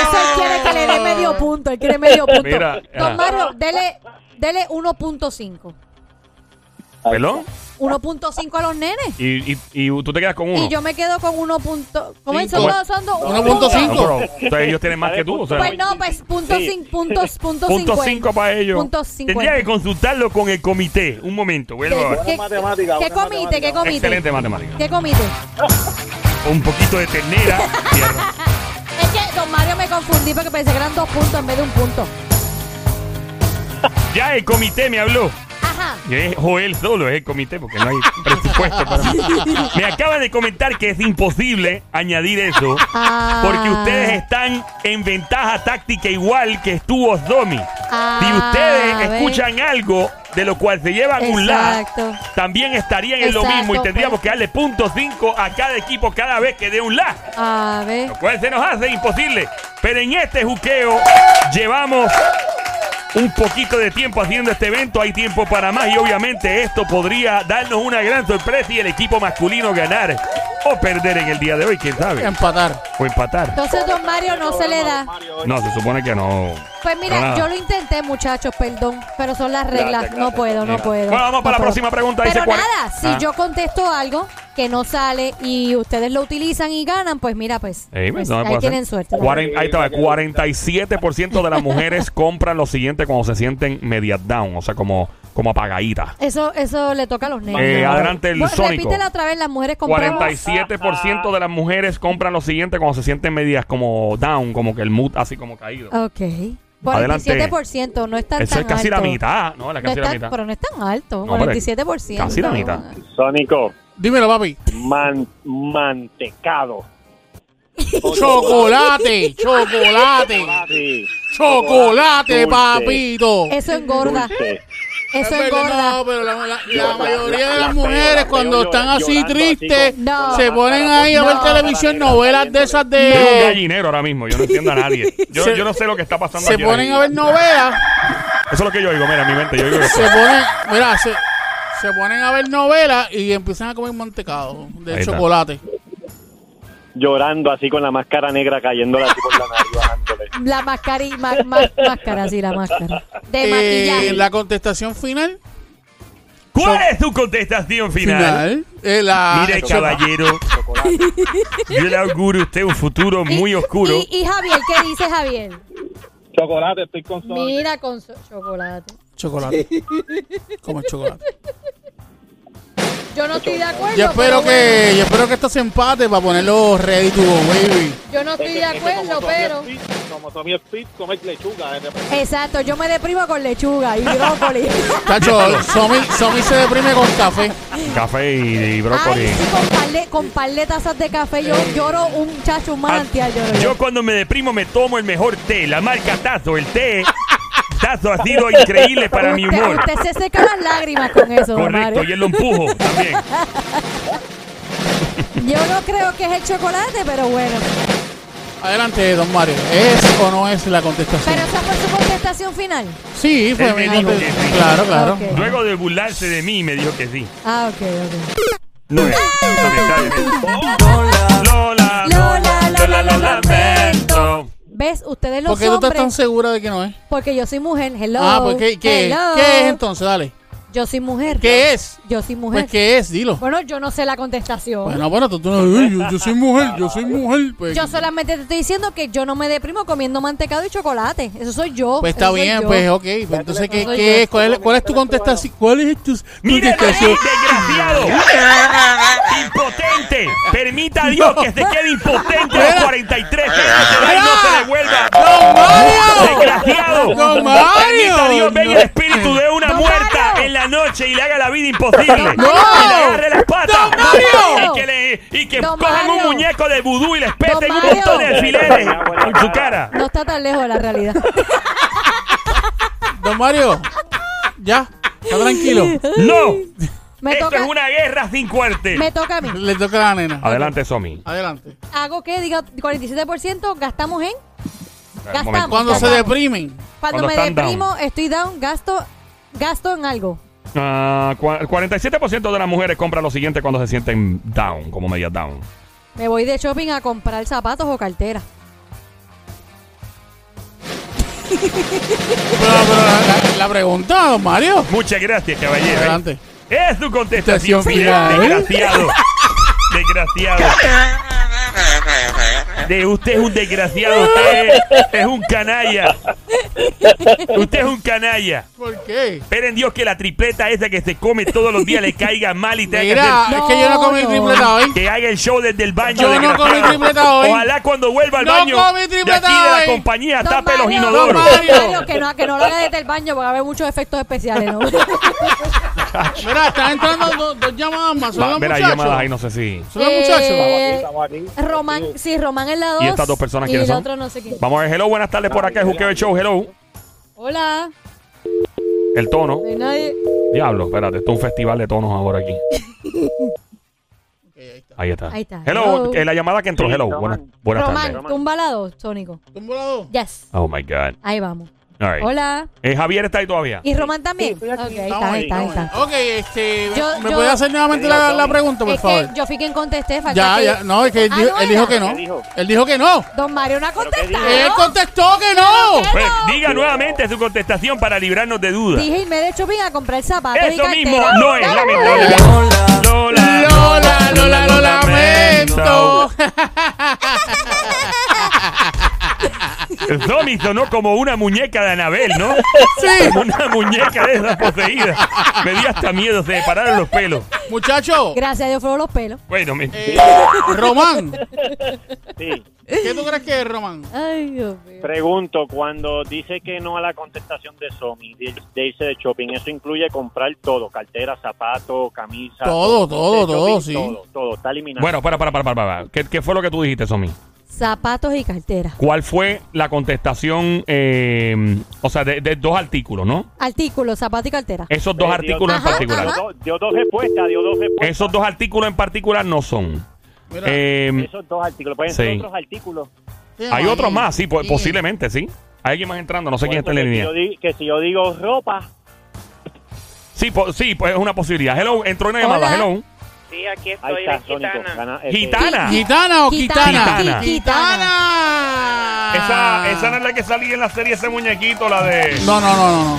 Speaker 3: Eso él quiere que le dé medio punto, él quiere medio punto.
Speaker 1: Mira, ajá.
Speaker 3: don Mario, dele, dele 1.5.
Speaker 1: ¿Perdón?
Speaker 3: 1.5 a los nenes.
Speaker 1: Y, y- y tú te quedas con uno.
Speaker 3: Y yo me quedo con 1. punto- ¿Cómo es? Son
Speaker 2: Cinco.
Speaker 3: dos, son dos.
Speaker 2: Uno
Speaker 3: un
Speaker 2: punto
Speaker 3: punto.
Speaker 1: No,
Speaker 2: cinco.
Speaker 1: pero ustedes, ellos tienen más que tú. O sea,
Speaker 3: Pues no, pues punto
Speaker 5: Sí.
Speaker 3: 5, puntos, punto
Speaker 1: Punto
Speaker 3: 5
Speaker 1: cinco para ellos.
Speaker 3: Punto
Speaker 1: Tendría que
Speaker 3: 50.
Speaker 1: consultarlo con el comité. Un momento, vuelvo a ver.
Speaker 3: ¿Qué,
Speaker 5: matemática,
Speaker 3: qué
Speaker 5: buena
Speaker 3: comité? ¿Qué
Speaker 5: matemática.
Speaker 3: comité?
Speaker 1: Excelente matemática.
Speaker 3: ¿Qué comité?
Speaker 1: Un poquito de ternera. tierra.
Speaker 3: Es que don Mario me confundí porque pensé que eran dos puntos en vez de un punto.
Speaker 1: ya el comité me habló.
Speaker 3: Ajá.
Speaker 1: Y es Joel solo, es el comité, porque no hay presupuesto. para- Me acaban de comentar que es imposible añadir eso.
Speaker 3: Ah.
Speaker 1: Porque ustedes están en ventaja táctica igual que estuvo Domi.
Speaker 3: Ah,
Speaker 1: Si ustedes
Speaker 3: ve.
Speaker 1: escuchan algo de lo cual se llevan un la,
Speaker 3: Exacto.
Speaker 1: también estarían en lo
Speaker 3: Exacto,
Speaker 1: mismo y tendríamos
Speaker 3: pues.
Speaker 1: que darle punto 5 a cada equipo cada vez que dé un la.
Speaker 3: A ver.
Speaker 1: Lo cual se nos hace imposible. Pero en este juqueo llevamos un poquito de tiempo haciendo este evento. Hay tiempo para más y obviamente esto podría darnos una gran sorpresa y el equipo masculino ganar o perder en el día de hoy, quién sabe.
Speaker 2: Empatar.
Speaker 1: O empatar.
Speaker 3: Entonces don Mario no se le da.
Speaker 1: No, se supone que no.
Speaker 3: Pues mira,
Speaker 1: Nada.
Speaker 3: yo lo intenté, muchachos, perdón, pero son las reglas. no puedo, no puedo.
Speaker 1: Bueno, vamos
Speaker 3: no
Speaker 1: para la
Speaker 3: puedo.
Speaker 1: próxima pregunta. Dice
Speaker 3: Pero
Speaker 1: cuál-
Speaker 3: nada, si
Speaker 1: Ah.
Speaker 3: yo contesto algo que no sale y ustedes lo utilizan y ganan, pues mira, pues,
Speaker 1: Ey,
Speaker 3: pues,
Speaker 1: no me
Speaker 3: ahí
Speaker 1: puedo hacer.
Speaker 3: tienen suerte.
Speaker 1: Cuaren- ahí estaba, 47% de las mujeres compran lo siguiente cuando se sienten media down, o sea, como, como apagaditas.
Speaker 3: Eso, eso le toca a los nenes.
Speaker 1: Eh, adelante el
Speaker 3: Bueno,
Speaker 1: sónico.
Speaker 3: Repítela otra vez, las mujeres compraban.
Speaker 1: 47% de las mujeres compran lo siguiente cuando se sienten medias como down, como que el mood así como caído.
Speaker 3: Ok.
Speaker 1: Adelante.
Speaker 3: 47%, no es tan,
Speaker 1: Eso es
Speaker 3: tan
Speaker 1: casi la
Speaker 3: alto.
Speaker 1: mitad, ¿no? La
Speaker 3: No
Speaker 1: casi
Speaker 3: es
Speaker 1: la
Speaker 3: tan-
Speaker 1: mitad.
Speaker 3: Pero no es tan alto,
Speaker 1: No, hombre,
Speaker 3: 47%.
Speaker 1: casi la mitad.
Speaker 3: Eh.
Speaker 5: Sónico,
Speaker 2: Dímelo, papi.
Speaker 5: man- mantecado.
Speaker 2: Chocolate, chocolate.
Speaker 5: Sí.
Speaker 2: Chocolate,
Speaker 5: Dulce,
Speaker 2: papito.
Speaker 3: Eso engorda,
Speaker 5: dulce.
Speaker 3: eso
Speaker 2: Es verdad,
Speaker 3: engorda.
Speaker 2: No, pero la, la-
Speaker 5: Yo,
Speaker 2: la
Speaker 5: la-
Speaker 2: mayoría
Speaker 5: la-
Speaker 2: de
Speaker 5: la
Speaker 2: las
Speaker 5: peor,
Speaker 2: mujeres
Speaker 5: la peor,
Speaker 2: cuando están
Speaker 5: llorando
Speaker 2: así
Speaker 5: así
Speaker 2: tristes
Speaker 5: con-
Speaker 3: No.
Speaker 2: se ponen ahí a ver
Speaker 3: No.
Speaker 2: televisión, novelas de esas
Speaker 1: Yo era un
Speaker 2: de...
Speaker 1: gallinero ahora mismo, yo no entiendo a nadie. Yo,
Speaker 2: Se-
Speaker 1: yo no sé lo que está pasando
Speaker 2: Se
Speaker 1: aquí
Speaker 2: ponen a
Speaker 1: ahora
Speaker 2: ver
Speaker 1: mismo.
Speaker 2: novelas,
Speaker 1: Eso es lo que yo oigo, mira, en mi mente, yo oigo eso.
Speaker 2: se ponen, mira, se, se ponen a ver novelas y empiezan a comer mantecado de
Speaker 1: Ahí está.
Speaker 2: chocolate.
Speaker 5: Llorando así con la máscara negra cayéndola así por la nariz bajándole.
Speaker 3: La máscara, y ma- ma- máscara, sí, la máscara. De
Speaker 2: Eh,
Speaker 3: maquillaje.
Speaker 2: la contestación final,
Speaker 1: ¿Cuál es tu contestación final?
Speaker 2: final, eh, la
Speaker 1: Mire, caballero, Yo le auguro a usted un futuro muy oscuro.
Speaker 3: Y, y Javier, ¿qué dice Javier?
Speaker 5: Chocolate, estoy con
Speaker 3: Mira con so- chocolate.
Speaker 2: Chocolate. Como el chocolate.
Speaker 3: Yo no estoy de acuerdo.
Speaker 2: Yo espero
Speaker 3: pero bueno,
Speaker 2: que, yo espero que esto se empate para ponerlo ready to go, baby.
Speaker 3: Yo no
Speaker 4: Este
Speaker 3: estoy de acuerdo, pero.
Speaker 5: Como Tommy Speed, comer lechuga. eh, de repente.
Speaker 3: Exacto, yo me deprimo con lechuga y brócoli.
Speaker 2: Chacho, Somi, Somi se deprime con café.
Speaker 1: Café y, y brócoli.
Speaker 3: Ay, sí, con par de, con par de tazas de café yo lloro un chacho, un manantial lloro.
Speaker 1: Yo cuando me deprimo me tomo el mejor té, la marca Tazo, el té. Tazo ha sido increíble para mi
Speaker 3: Usted-
Speaker 1: humor.
Speaker 3: Usted se seca las lágrimas con eso, don
Speaker 1: Correcto,
Speaker 3: Mario.
Speaker 1: y él lo empujo también.
Speaker 3: Yo no creo que es el chocolate, pero bueno.
Speaker 2: Adelante, don Mario. ¿Es o no es la contestación?
Speaker 3: Pero esa fue su contestación final.
Speaker 2: sí, fue
Speaker 1: Él me
Speaker 2: mi
Speaker 1: dijo
Speaker 2: contest-
Speaker 1: que sí.
Speaker 2: Claro, claro.
Speaker 3: Ok.
Speaker 1: Luego de burlarse de mí me dijo que sí.
Speaker 3: Ah, ok, ok.
Speaker 1: No es. Ok, está bien. Lola,
Speaker 3: Lola, Lola, lo
Speaker 1: lamento.
Speaker 3: lamento. ¿Ves? Ustedes los
Speaker 2: ¿Por qué tú estás
Speaker 3: hombres.
Speaker 2: tan segura de que no es?
Speaker 3: Porque yo soy mujer. Hello.
Speaker 2: Ah, pues ¿qué, qué,
Speaker 3: Hello.
Speaker 2: ¿qué es entonces? Dale.
Speaker 3: Yo soy mujer.
Speaker 2: ¿Qué es?
Speaker 3: Yo soy mujer.
Speaker 2: Pues ¿qué es? Dilo.
Speaker 3: Bueno, yo no sé la contestación.
Speaker 2: Bueno, bueno, tú, tú no... Uy, Yo, yo soy mujer, yo soy mujer. Pues,
Speaker 3: Yo solamente te estoy diciendo que yo no me deprimo comiendo mantecado y chocolate. Eso soy yo.
Speaker 2: pues está
Speaker 3: Eso soy
Speaker 2: bien,
Speaker 3: yo.
Speaker 2: pues ok. Pues, entonces, ¿qué,
Speaker 3: Eso soy
Speaker 2: qué
Speaker 3: yo.
Speaker 2: es? ¿Cuál, es- cuál es tu contestación? ¿Cuál es tu
Speaker 1: Mire,
Speaker 2: contestación?
Speaker 1: desgraciado. Impotente. Permita a Dios que se quede impotente los 43 años de edad y no se le vuelva.
Speaker 2: ¡Don Mario!
Speaker 1: Desgraciado.
Speaker 2: ¡Don Mario!
Speaker 1: Permita a Dios venga el espíritu de una
Speaker 3: ¡Don
Speaker 1: muerta
Speaker 3: Mario!
Speaker 1: en la noche y le haga la vida imposible.
Speaker 2: ¡No!
Speaker 1: Y le agarre las patas.
Speaker 2: ¡Don Mario!
Speaker 1: Y que, le- y que
Speaker 3: ¡Don
Speaker 1: cojan un
Speaker 3: Mario!
Speaker 1: muñeco de vudú y les
Speaker 3: ¡Don
Speaker 1: peten un
Speaker 3: Mario!
Speaker 1: montón de alfileres en su cara.
Speaker 3: No está tan lejos de la realidad.
Speaker 2: Don Mario, ya, está tranquilo.
Speaker 1: No.
Speaker 3: Me
Speaker 1: Esto
Speaker 3: toca,
Speaker 1: es una guerra sin cuartel.
Speaker 3: me toca a mí.
Speaker 2: Le toca a la nena.
Speaker 1: Adelante, Somi.
Speaker 2: Adelante.
Speaker 3: Hago que diga 47% gastamos en
Speaker 1: Espera, un
Speaker 3: Gastamos.
Speaker 1: momento.
Speaker 2: Cuando se
Speaker 1: Vamos.
Speaker 2: deprimen,
Speaker 3: cuando,
Speaker 1: Cuando
Speaker 3: me
Speaker 1: están
Speaker 3: deprimo, estoy down, gasto gasto en algo.
Speaker 1: Ah, cua- 47% de las mujeres compran lo siguiente cuando se sienten down, como media down.
Speaker 3: Me voy de shopping a comprar zapatos o cartera.
Speaker 2: Pero, pero la, la- la pregunta, don Mario.
Speaker 1: Muchas gracias, caballero.
Speaker 2: Adelante.
Speaker 1: Es tu
Speaker 2: Estación
Speaker 1: contestación final.
Speaker 2: final.
Speaker 1: Desgraciado. desgraciado. De usted es un desgraciado. Usted es, es un canalla. Usted es un canalla.
Speaker 2: ¿Por qué?
Speaker 1: Esperen Dios que la tripleta esa que se come todos los días le caiga mal y tenga que hacer-
Speaker 2: Mira, es que yo no comí
Speaker 3: No, no.
Speaker 2: tripleta hoy.
Speaker 1: Que haga el show desde el baño.
Speaker 2: Yo no
Speaker 1: desgraciado.
Speaker 2: comí tripleta hoy.
Speaker 1: Ojalá cuando vuelva al
Speaker 2: No
Speaker 1: baño.
Speaker 2: comí
Speaker 1: de
Speaker 2: tripleta
Speaker 1: aquí de la
Speaker 2: hoy.
Speaker 1: compañía
Speaker 3: Don
Speaker 1: tape los
Speaker 3: Mario,
Speaker 1: inodoros.
Speaker 2: Don Mario.
Speaker 3: que, no, que no lo haga desde el baño porque va a haber muchos efectos especiales, ¿no?
Speaker 2: Mira, están entrando dos, dos llamadas más. Son
Speaker 1: Va,
Speaker 2: los
Speaker 1: mira,
Speaker 2: muchachos.
Speaker 1: llamadas ahí, no sé si.
Speaker 2: Son los muchachos.
Speaker 3: Eh,
Speaker 5: Estamos aquí.
Speaker 3: Román, sí, Román es la dos.
Speaker 1: ¿Y estas dos personas
Speaker 3: y
Speaker 1: quiénes
Speaker 3: el
Speaker 1: son?
Speaker 3: otro no sé quién.
Speaker 1: Vamos a ver, hello, buenas tardes por acá, el Juqueo Show, hello.
Speaker 3: Hola,
Speaker 1: El tono.
Speaker 3: no hay nadie.
Speaker 1: Diablo, espérate, esto es un festival de tonos ahora aquí. Ahí está.
Speaker 3: Ahí está.
Speaker 1: Hello,
Speaker 3: Hello.
Speaker 1: eh, la llamada que entró,
Speaker 5: Sí,
Speaker 1: hello.
Speaker 5: Román.
Speaker 1: Buenas, buenas
Speaker 3: Román,
Speaker 1: tardes.
Speaker 3: tumba la dos, Sónico.
Speaker 2: ¿Tumbo la dos?
Speaker 3: Yes,
Speaker 1: Oh my God.
Speaker 3: ahí vamos.
Speaker 1: All right.
Speaker 3: Hola.
Speaker 1: Eh, Javier está ahí todavía.
Speaker 3: ¿Y Román también?
Speaker 5: estoy aquí.
Speaker 3: Ok, ahí
Speaker 2: Estamos
Speaker 3: está, ahí está, ahí
Speaker 2: estamos
Speaker 3: está.
Speaker 2: Ok, este.
Speaker 3: Yo-
Speaker 2: ¿Me
Speaker 3: yo-
Speaker 2: puede hacer nuevamente la, la pregunta, por
Speaker 3: es
Speaker 2: favor?
Speaker 3: que yo fui quien contesté, falta
Speaker 2: ya,
Speaker 3: que-
Speaker 2: ya. No, es que él,
Speaker 3: Ah,
Speaker 2: dijo-
Speaker 3: no
Speaker 2: él dijo
Speaker 3: era.
Speaker 2: que no.
Speaker 5: ¿Qué dijo?
Speaker 2: Él dijo que no.
Speaker 3: Don Mario no ha contestado.
Speaker 1: Eh,
Speaker 2: Él contestó que no.
Speaker 3: Pero-
Speaker 1: Pues, diga nuevamente su contestación para librarnos de dudas.
Speaker 3: Dije y me de shopping a comprar zapatos y
Speaker 1: Eso
Speaker 3: cartera.
Speaker 1: mismo no es lamentable. Lola,
Speaker 2: Lola, Lola, lo lamento.
Speaker 1: Tommy sonó como una muñeca de Anabel, ¿no?
Speaker 2: Sí.
Speaker 1: Como una muñeca de esas poseídas. Me dio hasta miedo, se me pararon los pelos.
Speaker 2: Muchacho,
Speaker 3: Gracias a Dios fueron los pelos.
Speaker 1: Bueno, me-
Speaker 2: eh, Román.
Speaker 5: Sí.
Speaker 2: ¿Qué tú crees que es, Román?
Speaker 3: Ay, Dios mío.
Speaker 5: Pregunto, cuando dice que no a la contestación de Somi, de de irse de shopping, eso incluye comprar todo, cartera, zapato, camisa.
Speaker 2: Todo, todo,
Speaker 5: de
Speaker 2: todo,
Speaker 5: shopping,
Speaker 2: sí.
Speaker 5: Todo, todo, está eliminado.
Speaker 1: bueno, para, para, para, para, para. ¿Qué, qué fue lo que tú dijiste, Somi?
Speaker 3: Zapatos y cartera.
Speaker 1: ¿Cuál fue la contestación, eh, o sea, de, de dos artículos, ¿no?
Speaker 3: Artículos, zapatos y cartera.
Speaker 1: Esos dos
Speaker 5: Eh,
Speaker 1: artículos
Speaker 3: Ajá,
Speaker 1: en particular.
Speaker 5: Dio, dos- dio dos respuestas, dio dos respuestas.
Speaker 1: Esos dos artículos en particular no son.
Speaker 2: Mira,
Speaker 1: Eh,
Speaker 5: Esos dos artículos, pueden ser
Speaker 1: Sí.
Speaker 5: otros artículos.
Speaker 2: tema
Speaker 1: hay
Speaker 2: ahí.
Speaker 1: otros más, sí, po-
Speaker 2: Sí.
Speaker 1: posiblemente, sí. Hay alguien más entrando, no sé quién está en la
Speaker 5: que, si
Speaker 1: línea.
Speaker 5: yo di- que si yo digo ropa,
Speaker 1: Sí, po- sí, pues es una posibilidad. Hello, entró una llamada.
Speaker 3: Hola.
Speaker 1: Hello.
Speaker 6: Sí, aquí
Speaker 5: ahí
Speaker 6: estoy,
Speaker 5: está,
Speaker 6: de
Speaker 5: Sónico.
Speaker 6: gitana.
Speaker 5: gana- este,
Speaker 1: Gitana.
Speaker 2: ¿Gitana o quitana?
Speaker 1: Gitana.
Speaker 2: ¡Gitana!
Speaker 1: Esa, esa no es la que salía en la serie ese muñequito, la de.
Speaker 2: No, no, no, no. no.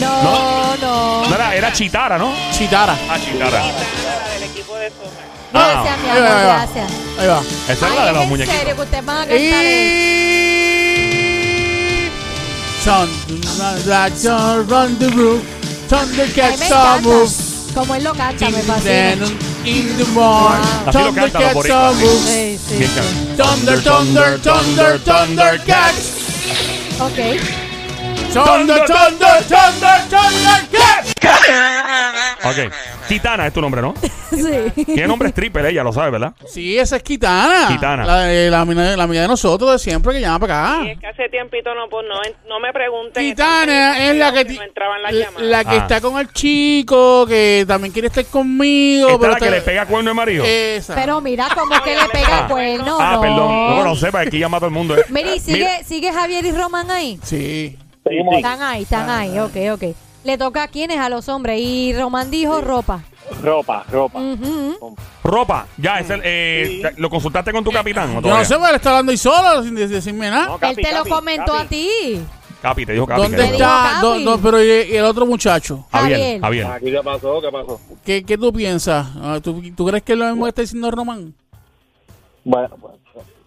Speaker 3: No, no.
Speaker 1: No, era, era Chitara, ¿no?
Speaker 2: Chitara.
Speaker 1: Ah, Chitara.
Speaker 6: Gitana del equipo de de eso.
Speaker 3: No,
Speaker 1: Ah,
Speaker 3: gracias, mi
Speaker 2: ahí
Speaker 3: amor,
Speaker 2: va, ahí va.
Speaker 3: gracias.
Speaker 2: Ahí va.
Speaker 1: Esa es
Speaker 3: Ay,
Speaker 1: la de los
Speaker 3: en
Speaker 1: muñequitos.
Speaker 3: serio, que ustedes van a cantar eso.
Speaker 2: Y... Something like that, all around the roof.
Speaker 3: A mí me
Speaker 2: Thundercats
Speaker 3: encanta.
Speaker 2: are move.
Speaker 3: Como él lo canta, me
Speaker 2: Then
Speaker 3: fascina.
Speaker 2: in the morning.
Speaker 1: Así lo cantan Ah, los
Speaker 2: Thundercats are
Speaker 1: boricuas, sí.
Speaker 2: move.
Speaker 3: Sí, sí.
Speaker 1: Bien, cabrón.
Speaker 2: Thunder, thunder, thunder, Thundercats.
Speaker 3: Ok.
Speaker 2: Thunder, thunder, thunder, Thundercats.
Speaker 1: Ok. Titana es tu nombre, ¿no?
Speaker 3: Sí.
Speaker 1: Tiene nombre stripper, ella lo sabe, ¿verdad?
Speaker 2: Sí, esa es Kitana.
Speaker 1: Kitana.
Speaker 2: La, de- la, mina- la amiga de nosotros de siempre que llama para acá.
Speaker 6: Y es que hace tiempito no, pues, no, en- no me pregunten.
Speaker 2: Titania es la que, ti-
Speaker 6: No entraban las
Speaker 2: la-
Speaker 6: llamadas.
Speaker 2: la que
Speaker 1: Ah.
Speaker 2: está con el chico, que también quiere estar conmigo.
Speaker 1: Esta es la
Speaker 2: está-
Speaker 1: que le pega cuerno de marido.
Speaker 2: Esa.
Speaker 3: Pero mira cómo que le pega
Speaker 1: Ah.
Speaker 3: el cuerno.
Speaker 1: ah,
Speaker 3: no.
Speaker 1: perdón. No, no sepa, aquí llama a todo el mundo. eh.
Speaker 3: Miri,
Speaker 1: Mira,
Speaker 3: ¿sigue, ¿sigue Javier y Román ahí?
Speaker 2: sí.
Speaker 5: Sí, sí.
Speaker 3: Están ahí, están ahí. Ok, ok. Le toca a quiénes, a los hombres. Y Román dijo ropa.
Speaker 5: Ropa, ropa.
Speaker 3: Ujú.
Speaker 1: ropa. Ya, es el, eh,
Speaker 5: Sí.
Speaker 1: ¿lo consultaste con tu capitán? o
Speaker 2: Yo no
Speaker 1: todavía?
Speaker 2: sé, pero él está hablando ahí solo sin de- decirme nada.
Speaker 5: No,
Speaker 3: Él
Speaker 5: Capi,
Speaker 3: te lo
Speaker 5: Capi,
Speaker 3: comentó
Speaker 5: Capi.
Speaker 3: a ti.
Speaker 1: Capi, te dijo Capi.
Speaker 2: ¿Dónde
Speaker 1: que te-
Speaker 3: digo,
Speaker 2: está?
Speaker 3: Gaby.
Speaker 2: Do- no, pero y, y el otro muchacho?
Speaker 1: Javier,
Speaker 3: Javier.
Speaker 1: Javier.
Speaker 4: Aquí ya pasó, ¿qué pasó?
Speaker 2: ¿Qué, qué tú piensas? Ah, ¿Tú, tú crees que es lo mismo que está diciendo Román?
Speaker 4: Bueno, pues,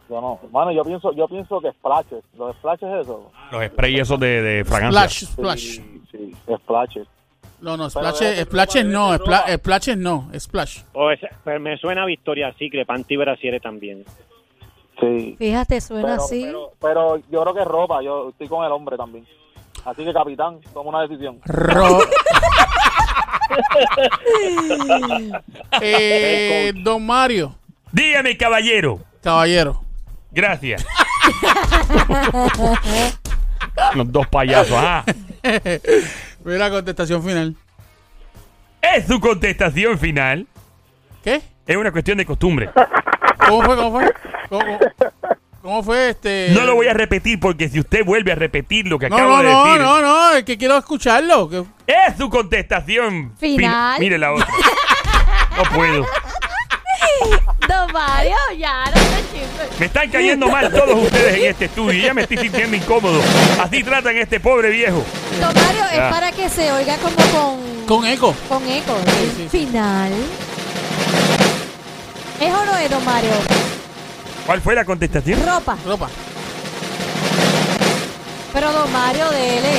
Speaker 4: yo no. Mano, yo pienso, yo pienso que splashes. Los splashes eso.
Speaker 1: Los sprays esos de, de fragancia.
Speaker 2: Splash, splash.
Speaker 4: Sí, sí, splashes.
Speaker 2: No, no,
Speaker 4: Pero
Speaker 2: splash,
Speaker 4: es-
Speaker 2: splash es no,
Speaker 4: es
Speaker 2: spla-
Speaker 4: ropa.
Speaker 2: splash es no, splash.
Speaker 5: O ese- pero Oh, me suena a Victoria Secret, Panty Brasiere también.
Speaker 4: Sí.
Speaker 3: Fíjate, suena
Speaker 4: Pero,
Speaker 3: así.
Speaker 4: pero, pero yo creo que es ropa. Yo estoy con el hombre también. Así que, capitán, toma una decisión.
Speaker 2: Ro- Eh, don Mario,
Speaker 1: Dígame, caballero.
Speaker 2: caballero.
Speaker 1: Gracias. Los dos payasos. Ah,
Speaker 2: Mira la contestación final.
Speaker 1: es su contestación final.
Speaker 2: ¿Qué?
Speaker 1: Es una cuestión de costumbre.
Speaker 2: ¿Cómo fue? ¿Cómo fue? ¿Cómo, cómo fue este?
Speaker 1: No lo voy a repetir porque si usted vuelve a repetir lo que
Speaker 2: No,
Speaker 1: acabo
Speaker 2: no,
Speaker 1: de
Speaker 2: no,
Speaker 1: decir,
Speaker 2: no, no, es que quiero escucharlo. que-
Speaker 1: es su contestación fin-
Speaker 3: Final.
Speaker 1: Mire la otra. No puedo.
Speaker 3: Don Mario, ya, no te chistes.
Speaker 1: Me están cayendo mal todos ustedes en este estudio. Ya me estoy sintiendo incómodo. Así tratan a este pobre viejo.
Speaker 3: Don Mario,
Speaker 1: Ya.
Speaker 3: es para que se oiga como con, con,
Speaker 2: Con eco.
Speaker 3: eco.
Speaker 2: sí, sí.
Speaker 3: Final. ¿Es o no es, Don Mario?
Speaker 1: ¿Cuál fue la contestación?
Speaker 3: Ropa.
Speaker 2: Ropa.
Speaker 3: Pero Don Mario, dele.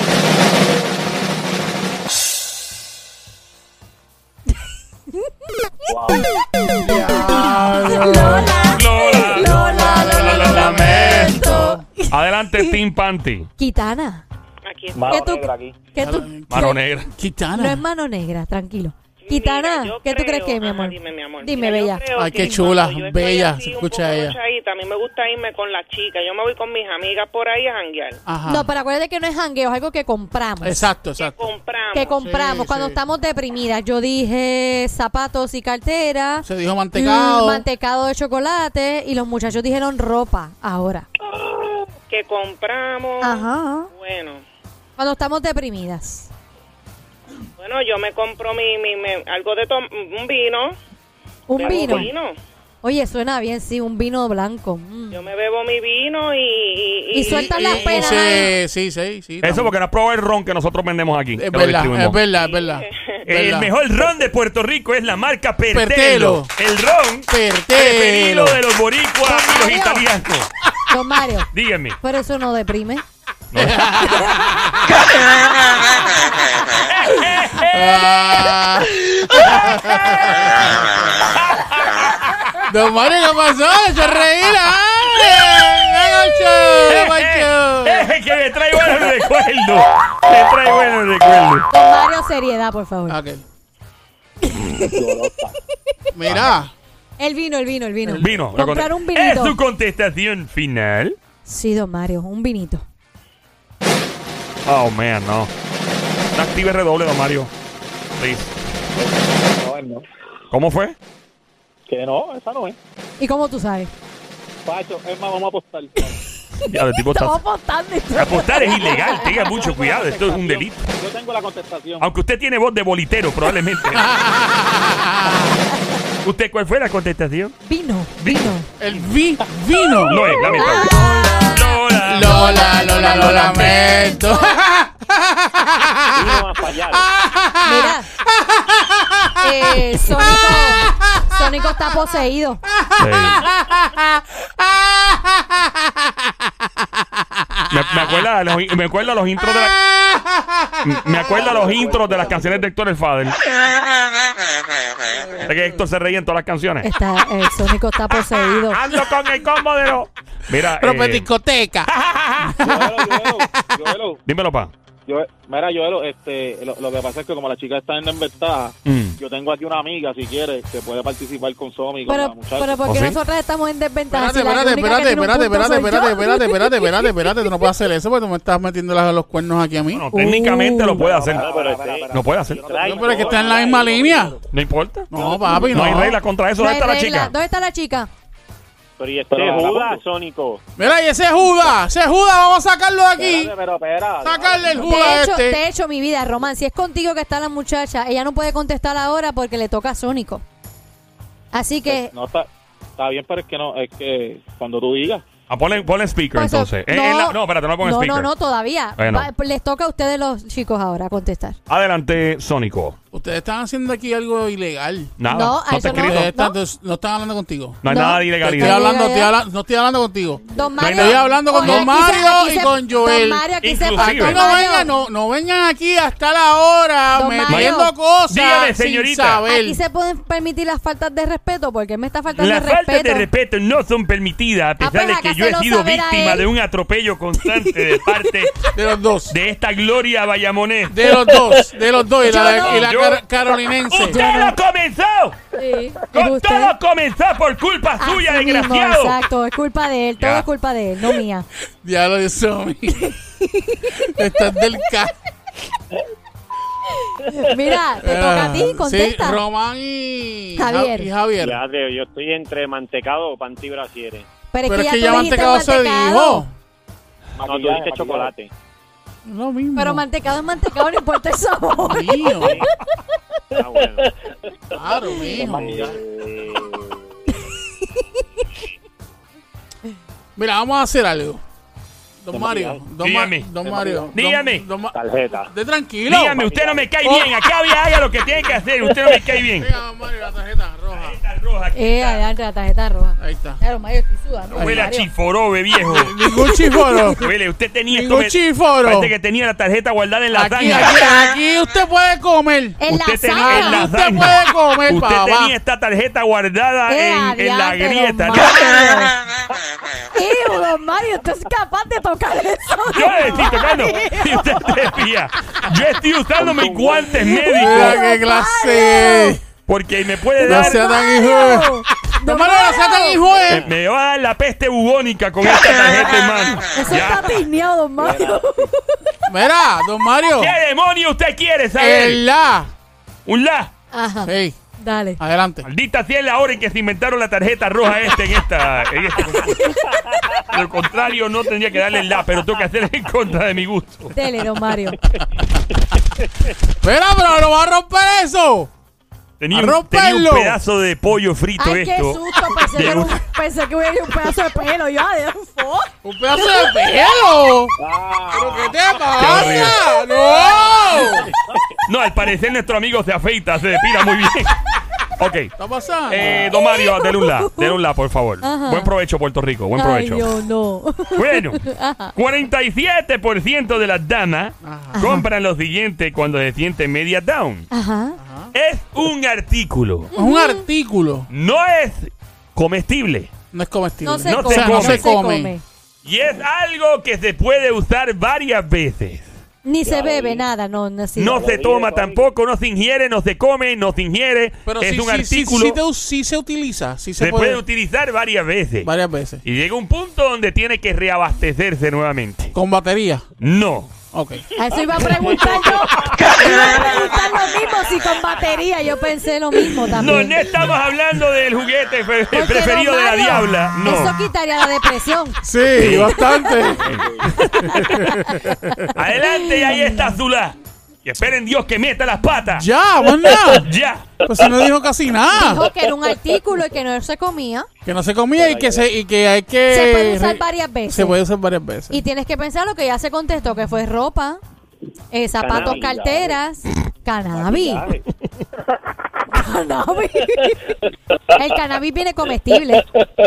Speaker 3: Lola,
Speaker 1: Lola,
Speaker 3: Lola, Lola, lo lamento.
Speaker 1: Adelante, Team Panty.
Speaker 3: Quitana.
Speaker 6: Aquí está.
Speaker 4: Mano
Speaker 3: ¿Qué tú-
Speaker 4: negra aquí.
Speaker 3: ¿Qué tú?
Speaker 1: Mano negra.
Speaker 3: No
Speaker 2: Kitana.
Speaker 3: es mano negra, tranquilo.
Speaker 6: Mira,
Speaker 3: Quitana,
Speaker 6: yo
Speaker 3: ¿qué tú crees
Speaker 6: creo-
Speaker 3: que, mi
Speaker 6: Ajá,
Speaker 3: amor?
Speaker 6: Dime, mi amor.
Speaker 3: Dime,
Speaker 6: Mira, yo
Speaker 3: bella.
Speaker 6: creo
Speaker 2: Ay,
Speaker 6: que
Speaker 2: Ah, qué chula,
Speaker 6: cuando yo estoy
Speaker 2: bella,
Speaker 6: así,
Speaker 2: se
Speaker 6: un
Speaker 2: escucha
Speaker 6: poco
Speaker 2: ella.
Speaker 6: rochadita, A mí me gusta irme con las chicas. Yo me voy con mis amigas por ahí a janguear.
Speaker 2: Ajá.
Speaker 3: No, pues. pero acuérdate que no es jangueo, es algo que compramos.
Speaker 2: Exacto,
Speaker 6: Que
Speaker 2: exacto.
Speaker 6: compramos.
Speaker 3: Que compramos
Speaker 2: Sí,
Speaker 3: cuando
Speaker 2: sí.
Speaker 3: estamos deprimidas. Yo dije zapatos y cartera.
Speaker 2: Se dijo mantecado.
Speaker 3: mm, Mantecado de chocolate. Y los muchachos dijeron ropa ahora.
Speaker 6: que compramos.
Speaker 3: Ajá.
Speaker 6: Bueno.
Speaker 3: Cuando estamos deprimidas.
Speaker 6: Bueno, yo me compro mi, mi- me- algo de tom- un vino.
Speaker 3: Un
Speaker 6: Bebo
Speaker 3: vino. Oye, suena bien, sí, un vino blanco. mm.
Speaker 6: Yo me bebo mi vino y... Y,
Speaker 3: Y suelta
Speaker 2: Y-
Speaker 3: las
Speaker 2: y
Speaker 3: penas. ahí.
Speaker 2: ese- sí, sí, sí.
Speaker 1: Eso
Speaker 2: también.
Speaker 1: porque no has probado el ron que nosotros vendemos aquí. que
Speaker 2: Es
Speaker 1: lo
Speaker 2: verdad, es
Speaker 1: distribuimos.
Speaker 2: verdad, es verdad.
Speaker 1: El
Speaker 2: Verdad.
Speaker 1: mejor ron de Puerto Rico es la marca Pertelo.
Speaker 2: Pertelo.
Speaker 1: El ron
Speaker 2: Pertelo.
Speaker 1: preferido de los boricuas y los
Speaker 3: Mario.
Speaker 1: italianos.
Speaker 3: Don Mario.
Speaker 1: Díganme.
Speaker 3: Pero eso no deprime.
Speaker 2: Ah. Don Mario, ¿qué pasó? ¡Se reíla! ¡Ay, Nacho! Nacho.
Speaker 1: Eh, que me trae buenos recuerdos. Me trae buenos recuerdos.
Speaker 3: Don Mario, seriedad, por favor.
Speaker 2: Ok. Mira,
Speaker 3: El vino, el vino, el vino.
Speaker 1: Vino. la
Speaker 3: Comprar
Speaker 1: conte-
Speaker 3: un
Speaker 1: ¿Es
Speaker 3: vinito.
Speaker 1: tu contestación final?
Speaker 3: Sí, don Mario, un vinito.
Speaker 1: Oh, man, no. No active redoble, don Mario. Please.
Speaker 4: No, no.
Speaker 1: ¿Cómo fue?
Speaker 4: Que no, esa no es.
Speaker 3: ¿Y cómo tú sabes?
Speaker 4: Pacho, es más, vamos a apostar.
Speaker 1: Ya, el tipo está...
Speaker 3: Estamos apostando.
Speaker 1: Apostar es ilegal. Tenga mucho cuidado. Esto es un delito.
Speaker 4: Yo tengo la contestación.
Speaker 1: Aunque usted tiene voz de bolitero, probablemente. ¿Usted cuál fue la contestación?
Speaker 3: Vino, vino.
Speaker 2: el vi vino.
Speaker 1: No es, lamentable. Lola.
Speaker 2: Lola, Lola, lo lamento.
Speaker 5: Vino a fallar.
Speaker 3: Mira. Eh, Sónico, Sónico está poseído.
Speaker 1: Sí. Me, me acuerda de los, me acuerda los intros de la- me acuerda los intros de las canciones de Héctor el Fader. Es que Héctor se reía en todas las canciones.
Speaker 3: Está, el Sónico está poseído.
Speaker 1: Ando con el combo de los. Mira,
Speaker 2: Pero
Speaker 1: eh,
Speaker 2: pues, discoteca.
Speaker 4: Joelo, Joelo, Joelo,
Speaker 1: dímelo, pa.
Speaker 4: Joel- mira, Joelo, este, lo, lo que pasa es que como la chica está en ventaja,
Speaker 1: Mm.
Speaker 4: yo tengo aquí una amiga, si quiere, que puede participar con Somi, con la
Speaker 3: Pero,
Speaker 4: muchacha.
Speaker 3: pero
Speaker 1: ¿Oh,
Speaker 3: porque
Speaker 1: sí?
Speaker 3: nosotras estamos en desventaja.
Speaker 2: Espérate,
Speaker 3: Si la
Speaker 2: espérate,
Speaker 3: única que
Speaker 2: espérate,
Speaker 3: tiene un
Speaker 2: espérate,
Speaker 3: punto
Speaker 2: espérate,
Speaker 3: soy yo.
Speaker 2: espérate, espérate, espérate, espérate, espérate. Tú no puedes hacer eso porque tú me estás metiendo las- los cuernos aquí a mí.
Speaker 1: Bueno, técnicamente lo puede hacer.
Speaker 5: Para, para, para, para.
Speaker 1: No puede hacer.
Speaker 2: No, pero es que está en la misma línea.
Speaker 1: No importa.
Speaker 2: No, papi, no.
Speaker 1: No hay regla contra eso.
Speaker 3: No
Speaker 1: ¿Dónde está
Speaker 3: hay
Speaker 1: la
Speaker 3: regla.
Speaker 1: chica?
Speaker 3: ¿Dónde está la chica?
Speaker 5: Pero y este
Speaker 4: Pero,
Speaker 5: Judas,
Speaker 4: vamos.
Speaker 5: Sónico.
Speaker 2: Mira, y ese Judas, ese Judas, vamos a sacarlo de aquí.
Speaker 4: Espérate, pero espera.
Speaker 2: Sacarle el
Speaker 3: Te
Speaker 2: Judas
Speaker 3: he
Speaker 2: a
Speaker 3: hecho,
Speaker 2: este.
Speaker 3: te he hecho mi vida, Román. Si es contigo que está la muchacha, ella no puede contestar ahora porque le toca a Sónico. Así que.
Speaker 4: No está, está bien, pero es que no, es que cuando tú digas.
Speaker 1: Ah, ponle, ponle speaker
Speaker 3: pues,
Speaker 1: entonces. Eh, en la- no, espérate, no pongo
Speaker 3: no,
Speaker 1: speaker.
Speaker 3: no, no, todavía.
Speaker 1: Bueno.
Speaker 3: Va- les toca a ustedes los chicos ahora contestar.
Speaker 1: Adelante, Sónico.
Speaker 2: Ustedes están haciendo aquí algo ilegal.
Speaker 1: Nada.
Speaker 3: No,
Speaker 1: No,
Speaker 3: a
Speaker 1: está
Speaker 3: eso no. Eh,
Speaker 1: escrito.
Speaker 2: Ustedes
Speaker 1: No,
Speaker 2: están- No, están hablando contigo.
Speaker 1: hay
Speaker 3: no.
Speaker 1: nada de
Speaker 2: Te
Speaker 1: ilegalidad.
Speaker 2: Estoy hablando,
Speaker 3: Ilegalidad.
Speaker 2: estoy habla- no estoy hablando contigo.
Speaker 3: Don Mario.
Speaker 1: Estoy
Speaker 2: hablando con Don
Speaker 3: aquí se-
Speaker 2: Mario
Speaker 3: aquí
Speaker 2: y
Speaker 3: se-
Speaker 2: con Joel.
Speaker 3: Don Mario, aquí se-
Speaker 1: Inclusive.
Speaker 2: Aquí
Speaker 1: Don
Speaker 2: no
Speaker 3: Mario.
Speaker 2: vengan, no, no vengan aquí hasta la hora
Speaker 3: Don Mario.
Speaker 2: metiendo cosas
Speaker 1: Dígale,
Speaker 2: sin
Speaker 1: señorita.
Speaker 2: saber.
Speaker 3: Aquí se pueden permitir las faltas de respeto porque él me está faltando
Speaker 1: Las
Speaker 3: el respeto.
Speaker 1: faltas de respeto no son permitidas, a pesar
Speaker 3: pues,
Speaker 1: de que yo he
Speaker 3: hágaselo
Speaker 1: sido
Speaker 3: saber a
Speaker 1: víctima
Speaker 3: él.
Speaker 1: de un atropello constante de parte
Speaker 2: De los dos.
Speaker 1: de esta gloria bayamonés.
Speaker 2: De los dos, de los dos. Y la,
Speaker 1: Yo no.
Speaker 2: y la
Speaker 1: Yo-
Speaker 2: car- carolinense.
Speaker 1: ¡Usted lo comenzó!
Speaker 3: Sí,
Speaker 1: ¡Con
Speaker 3: ¿y usted?
Speaker 1: todo comenzó por culpa
Speaker 3: Así
Speaker 1: suya,
Speaker 3: mismo,
Speaker 1: desgraciado!
Speaker 3: exacto, es culpa de él, todo
Speaker 1: Ya.
Speaker 3: es culpa de él, no mía.
Speaker 2: Diablo de Somi. Estás del ca.
Speaker 3: Mira, te toca a ti, contesta.
Speaker 2: Ah, Sí, Román y
Speaker 3: Javier.
Speaker 2: Y Javier.
Speaker 5: Ya, Andreu, yo estoy entre mantecado o pantibrasieres.
Speaker 3: pero
Speaker 2: Pero es que
Speaker 3: tú
Speaker 2: ya
Speaker 3: dijiste
Speaker 2: Mantecado se dijo.
Speaker 5: No, tú dijiste chocolate.
Speaker 2: Lo mismo.
Speaker 3: Pero mantecado es mantecado, no importa el sabor.
Speaker 2: Mío,
Speaker 5: Ah, bueno.
Speaker 2: claro, mijo.
Speaker 5: Eh,
Speaker 2: Mira, vamos a hacer algo. Don Mario. Don Ma-
Speaker 1: Dígame.
Speaker 2: Don Mario. don-
Speaker 1: Dígame.
Speaker 2: Don Ma-
Speaker 5: Tarjeta.
Speaker 2: De tranquilo.
Speaker 1: Dígame, usted no me cae
Speaker 2: Oh.
Speaker 1: bien. Acá había- haga lo que tiene que hacer. Usted no me cae bien.
Speaker 2: Venga, don Mario, la tarjeta roja.
Speaker 1: Esta roja aquí
Speaker 3: eh,
Speaker 1: está.
Speaker 3: adelante, la tarjeta roja.
Speaker 2: Ahí está.
Speaker 3: Claro, Mario, estoy sudando.
Speaker 1: Huele a
Speaker 3: Mario.
Speaker 1: chiforobe, viejo.
Speaker 2: Ningún chiforo.
Speaker 1: Huele, usted tenía esto.
Speaker 2: Ningún
Speaker 1: me-
Speaker 2: chiforo.
Speaker 1: pues, Parece que tenía la tarjeta guardada en la
Speaker 2: Aquí,
Speaker 1: zanja.
Speaker 2: aquí, aquí usted puede comer.
Speaker 3: En la
Speaker 1: Usted tenía-
Speaker 3: sala.
Speaker 1: en la
Speaker 2: Usted
Speaker 1: zanja.
Speaker 2: puede comer,
Speaker 1: Usted
Speaker 2: papá.
Speaker 1: tenía esta tarjeta guardada
Speaker 3: Eh,
Speaker 1: en, en la
Speaker 3: adiante, don
Speaker 1: grieta.
Speaker 3: Mario. Ew, don Mario, usted es capaz de tocar eso.
Speaker 1: Yo le estoy tocando. Y usted se fía. Yo estoy usando mis guantes médicos
Speaker 2: Mira qué clase.
Speaker 1: porque me puede
Speaker 2: No
Speaker 1: dar.
Speaker 2: sea tan hijo.
Speaker 3: Mario.
Speaker 2: No me lo hagas tan hijo.
Speaker 1: Me,
Speaker 2: eh.
Speaker 1: me va a dar la peste bubónica con esta tarjeta en mano.
Speaker 3: Eso
Speaker 1: Ya.
Speaker 3: está piñado, don Mario.
Speaker 2: Mira, don Mario.
Speaker 1: ¿Qué demonio usted quiere saber?
Speaker 2: El la.
Speaker 1: Un la.
Speaker 3: Ajá,
Speaker 2: Hey,
Speaker 3: dale.
Speaker 2: adelante.
Speaker 1: Maldita sea la hora en que se inventaron la tarjeta roja este en esta. En este concurso. Lo contrario, no tendría que darle el la, pero tengo que hacer en contra de mi gusto.
Speaker 3: Dele, don Mario.
Speaker 2: Mira, pero no va a romper eso.
Speaker 1: Tenía
Speaker 2: ¡A
Speaker 1: un, tenía un
Speaker 2: romperlo!
Speaker 1: pedazo de pollo frito
Speaker 3: Ay, qué
Speaker 1: esto.
Speaker 3: susto. Pensé que,
Speaker 1: de
Speaker 3: era un,
Speaker 1: un-
Speaker 3: pensé que hubiera un pedazo de pelo. Yo, adiós, fo.
Speaker 2: Un pedazo de pelo.
Speaker 4: Ah,
Speaker 2: ¿Pero qué te pasa? No.
Speaker 1: No, al parecer nuestro amigo se afeita, se depila muy bien. Ok.
Speaker 2: ¿Está pasando?
Speaker 1: Eh, don Mario, denle un la, denle un la, por favor. Buen provecho, Puerto Rico, buen
Speaker 3: Ay,
Speaker 1: provecho.
Speaker 3: Dios, no.
Speaker 1: Bueno, 47% de las damas compran los siguientes cuando se sienten media down.
Speaker 3: Ajá.
Speaker 2: Ah.
Speaker 1: Es un artículo.
Speaker 2: es un artículo.
Speaker 1: No es comestible.
Speaker 2: No es comestible.
Speaker 3: No se
Speaker 1: No se
Speaker 3: come.
Speaker 1: come.
Speaker 3: No se
Speaker 2: come.
Speaker 3: come.
Speaker 1: Y es algo que se puede usar varias veces.
Speaker 3: Ni se bebe nada, no, no, sí.
Speaker 1: No se toma tampoco, no se ingiere, no se come, no se ingiere.
Speaker 2: Pero
Speaker 1: es
Speaker 2: sí,
Speaker 1: un
Speaker 2: sí,
Speaker 1: artículo.
Speaker 2: Sí, sí, te- sí se utiliza. Sí se,
Speaker 1: se puede utilizar varias veces.
Speaker 2: varias veces.
Speaker 1: Y llega un punto donde tiene que reabastecerse nuevamente.
Speaker 2: Con batería.
Speaker 1: No.
Speaker 2: Ok.
Speaker 3: A Eso iba a preguntar yo. iba a preguntar lo mismo si con batería. Yo pensé lo mismo
Speaker 1: No,
Speaker 3: también.
Speaker 1: no estamos hablando del juguete fe-
Speaker 3: Porque,
Speaker 1: preferido
Speaker 3: don
Speaker 1: de la
Speaker 3: Mario,
Speaker 1: diabla.
Speaker 3: Eso
Speaker 1: No.
Speaker 3: quitaría la depresión.
Speaker 2: Sí, bastante.
Speaker 1: Adelante, y ahí está Zula. Y esperen Dios que meta las patas.
Speaker 2: ya, más nada.
Speaker 1: Ya.
Speaker 2: Pues si no dijo casi nada.
Speaker 3: Dijo que era un artículo y que no se comía.
Speaker 2: Que no se comía y que, se, y que hay que.
Speaker 3: Se puede usar varias veces.
Speaker 2: Eh, Se puede usar varias veces.
Speaker 3: Y tienes que pensar lo que ya se contestó, que fue ropa, eh, zapatos,
Speaker 5: Cannabis.
Speaker 3: carteras, cannabis. cannabis. El cannabis viene comestible.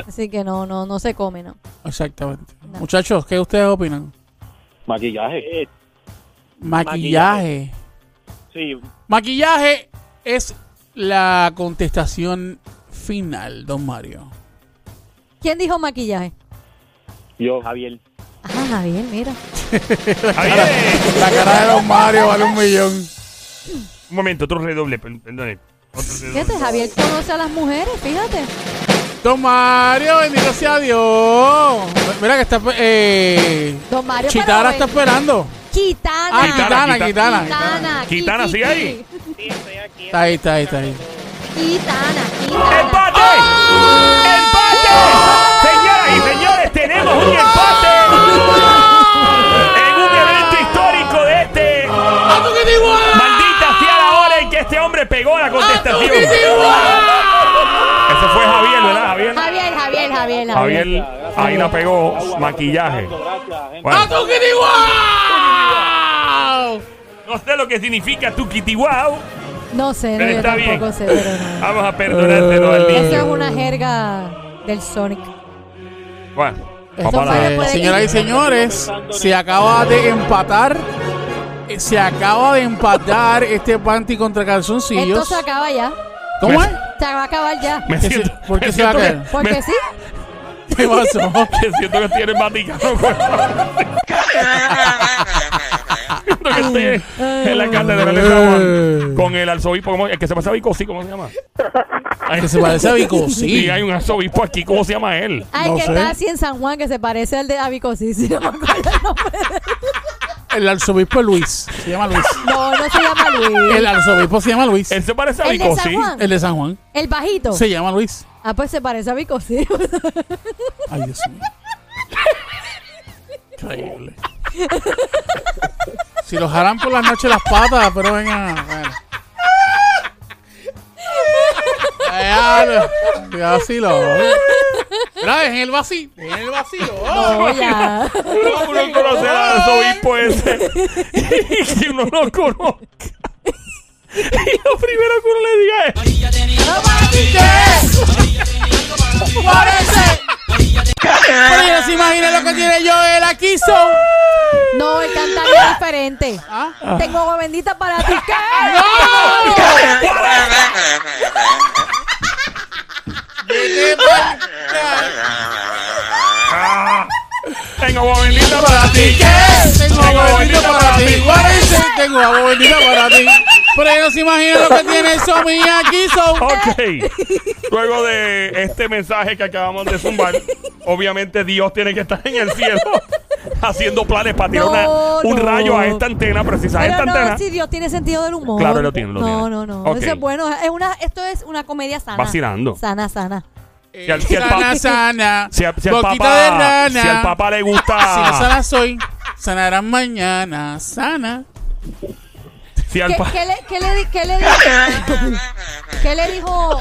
Speaker 3: Así que no, no, no se come, ¿no?
Speaker 2: Exactamente.
Speaker 3: No.
Speaker 2: Muchachos, ¿qué ustedes opinan?
Speaker 4: Maquillaje.
Speaker 5: Eh,
Speaker 2: Maquillaje.
Speaker 5: sí,
Speaker 2: Maquillaje es la contestación final, don Mario.
Speaker 3: ¿Quién dijo maquillaje?
Speaker 4: Yo.
Speaker 5: Eh, Javier.
Speaker 3: Ah, Javier, mira.
Speaker 1: Javier,
Speaker 2: La cara de don Mario vale un millón.
Speaker 1: Un momento, otro redoble, per- perdone. Otro redoble.
Speaker 3: Fíjate, Javier conoce a las mujeres, fíjate.
Speaker 2: Don Mario, bendito sea Dios. Mira que está... Eh,
Speaker 3: Don Mario. pero
Speaker 2: Chitara
Speaker 3: bueno.
Speaker 2: está esperando.
Speaker 3: Quitana.
Speaker 2: Ah, Quitana,
Speaker 1: Quitana,
Speaker 2: Quitana.
Speaker 3: Quitana.
Speaker 1: Quitana,
Speaker 3: Qui,
Speaker 1: ¿sigue
Speaker 3: qui,
Speaker 1: ahí?
Speaker 3: qui.
Speaker 6: Sí, estoy aquí.
Speaker 2: Está ahí, está ahí, está ahí.
Speaker 3: Quitana, Quitana.
Speaker 1: ¡Empate! ¡Empate! Señoras y señores, tenemos un empate en un evento histórico de este. Maldita sea la hora en que este hombre pegó la contestación. Ese fue Javier, ¿verdad, Javier?
Speaker 3: Javier, Javier, Javier.
Speaker 1: Javier ahí la pegó, maquillaje.
Speaker 4: Gracias, gente.
Speaker 2: Ah,
Speaker 1: Bueno,
Speaker 2: ¡Wow!
Speaker 1: no sé lo que significa tu kitiwau,
Speaker 3: No sé, no,
Speaker 1: pero
Speaker 3: yo
Speaker 1: está bien.
Speaker 3: tampoco sé, pero no.
Speaker 1: Vamos a perdonártelo al
Speaker 3: Eso es
Speaker 1: niño.
Speaker 2: Eh,
Speaker 3: una jerga del Sonic.
Speaker 1: Bueno,
Speaker 2: Esto
Speaker 1: vamos a la-
Speaker 3: fue-
Speaker 2: fue,
Speaker 3: puede
Speaker 2: señoras y
Speaker 3: ir.
Speaker 2: señores, se acaba de empatar. eh, Se acaba de empatar este panty contra
Speaker 3: Esto
Speaker 2: calzoncillos.
Speaker 3: se acaba ya.
Speaker 2: ¿Cómo es?
Speaker 3: Se va a acabar ya.
Speaker 1: Me
Speaker 2: ¿Qué se-
Speaker 1: siento,
Speaker 2: por qué
Speaker 1: me
Speaker 2: se va a
Speaker 1: siento que-
Speaker 2: caer?
Speaker 3: Porque
Speaker 1: me-
Speaker 3: sí.
Speaker 2: ¿Qué pasó?
Speaker 1: que siento que tiene Vaticano. siento que estoy en la catedral de San Juan con el arzobispo, ¿cómo, el que se pasa a sí, ¿cómo se llama? Ay,
Speaker 2: Que se parece a Vico,
Speaker 1: Sí,
Speaker 2: sí.
Speaker 1: hay un arzobispo aquí, ¿cómo se llama él?
Speaker 3: Ay,
Speaker 2: No
Speaker 3: que
Speaker 2: sé.
Speaker 3: está así en San Juan, que se parece al de Abicosis. si no me acuerdo el nombre de-
Speaker 2: El arzobispo Luis. Se llama Luis.
Speaker 3: No, no se llama Luis.
Speaker 2: El arzobispo se llama Luis.
Speaker 1: Él se parece a
Speaker 3: ¿El de
Speaker 1: Vico,
Speaker 3: San
Speaker 1: sí.
Speaker 3: Juan?
Speaker 2: El de San Juan
Speaker 3: El bajito.
Speaker 2: se llama Luis.
Speaker 3: Ah, pues se parece a Abicosis.
Speaker 2: Ay, Dios mío. Increíble. Si los jalan por la noche las patas, pero venga. Bueno. Ay, ya, ya vacilo. Mira, dejen el vacío. Dejen el vacío.
Speaker 3: No, ya.
Speaker 1: Uno conoce al arzobispo ese. y uno no conozca. y lo primero que uno le diga es.
Speaker 2: ¡Parece! Pero se imagina lo que tiene yo él aquí son.
Speaker 3: No, el cantar es diferente.
Speaker 2: ¿Ah?
Speaker 3: Tengo agua bendita para ti. ¿Qué?
Speaker 2: Vete pa'l-
Speaker 1: Tengo agua bendita para ti.
Speaker 2: Tengo agua bendita para ti. Guárdense, tengo agua bendita para ti. Pero yo no se imagina lo que tiene eso mía aquí son.
Speaker 1: Ok. Luego de este mensaje que acabamos de zumbar, obviamente Dios tiene que estar en el cielo haciendo planes para tirar una-
Speaker 3: No,
Speaker 1: un
Speaker 3: no.
Speaker 1: rayo a esta antena, precisa esta
Speaker 3: Pero no,
Speaker 1: antena.
Speaker 3: si Dios tiene sentido del humor.
Speaker 1: Claro, lo tiene, lo
Speaker 3: no,
Speaker 1: tiene.
Speaker 3: No, no,
Speaker 1: Ok.
Speaker 3: Eso es bueno. Es una, esto es una comedia sana.
Speaker 1: Vacilando.
Speaker 3: Sana, sana.
Speaker 1: Si al- si al
Speaker 2: sana,
Speaker 1: pa-
Speaker 2: sana.
Speaker 1: Si, a- si al
Speaker 2: boquita de
Speaker 1: papá,
Speaker 2: rana.
Speaker 1: si al papá le gusta,
Speaker 2: Si no sanas hoy, sanarás mañana. Sana.
Speaker 1: si al
Speaker 3: ¿Qué,
Speaker 1: pa-
Speaker 3: qué le, qué le, di- qué le dijo? ¿Qué le dijo?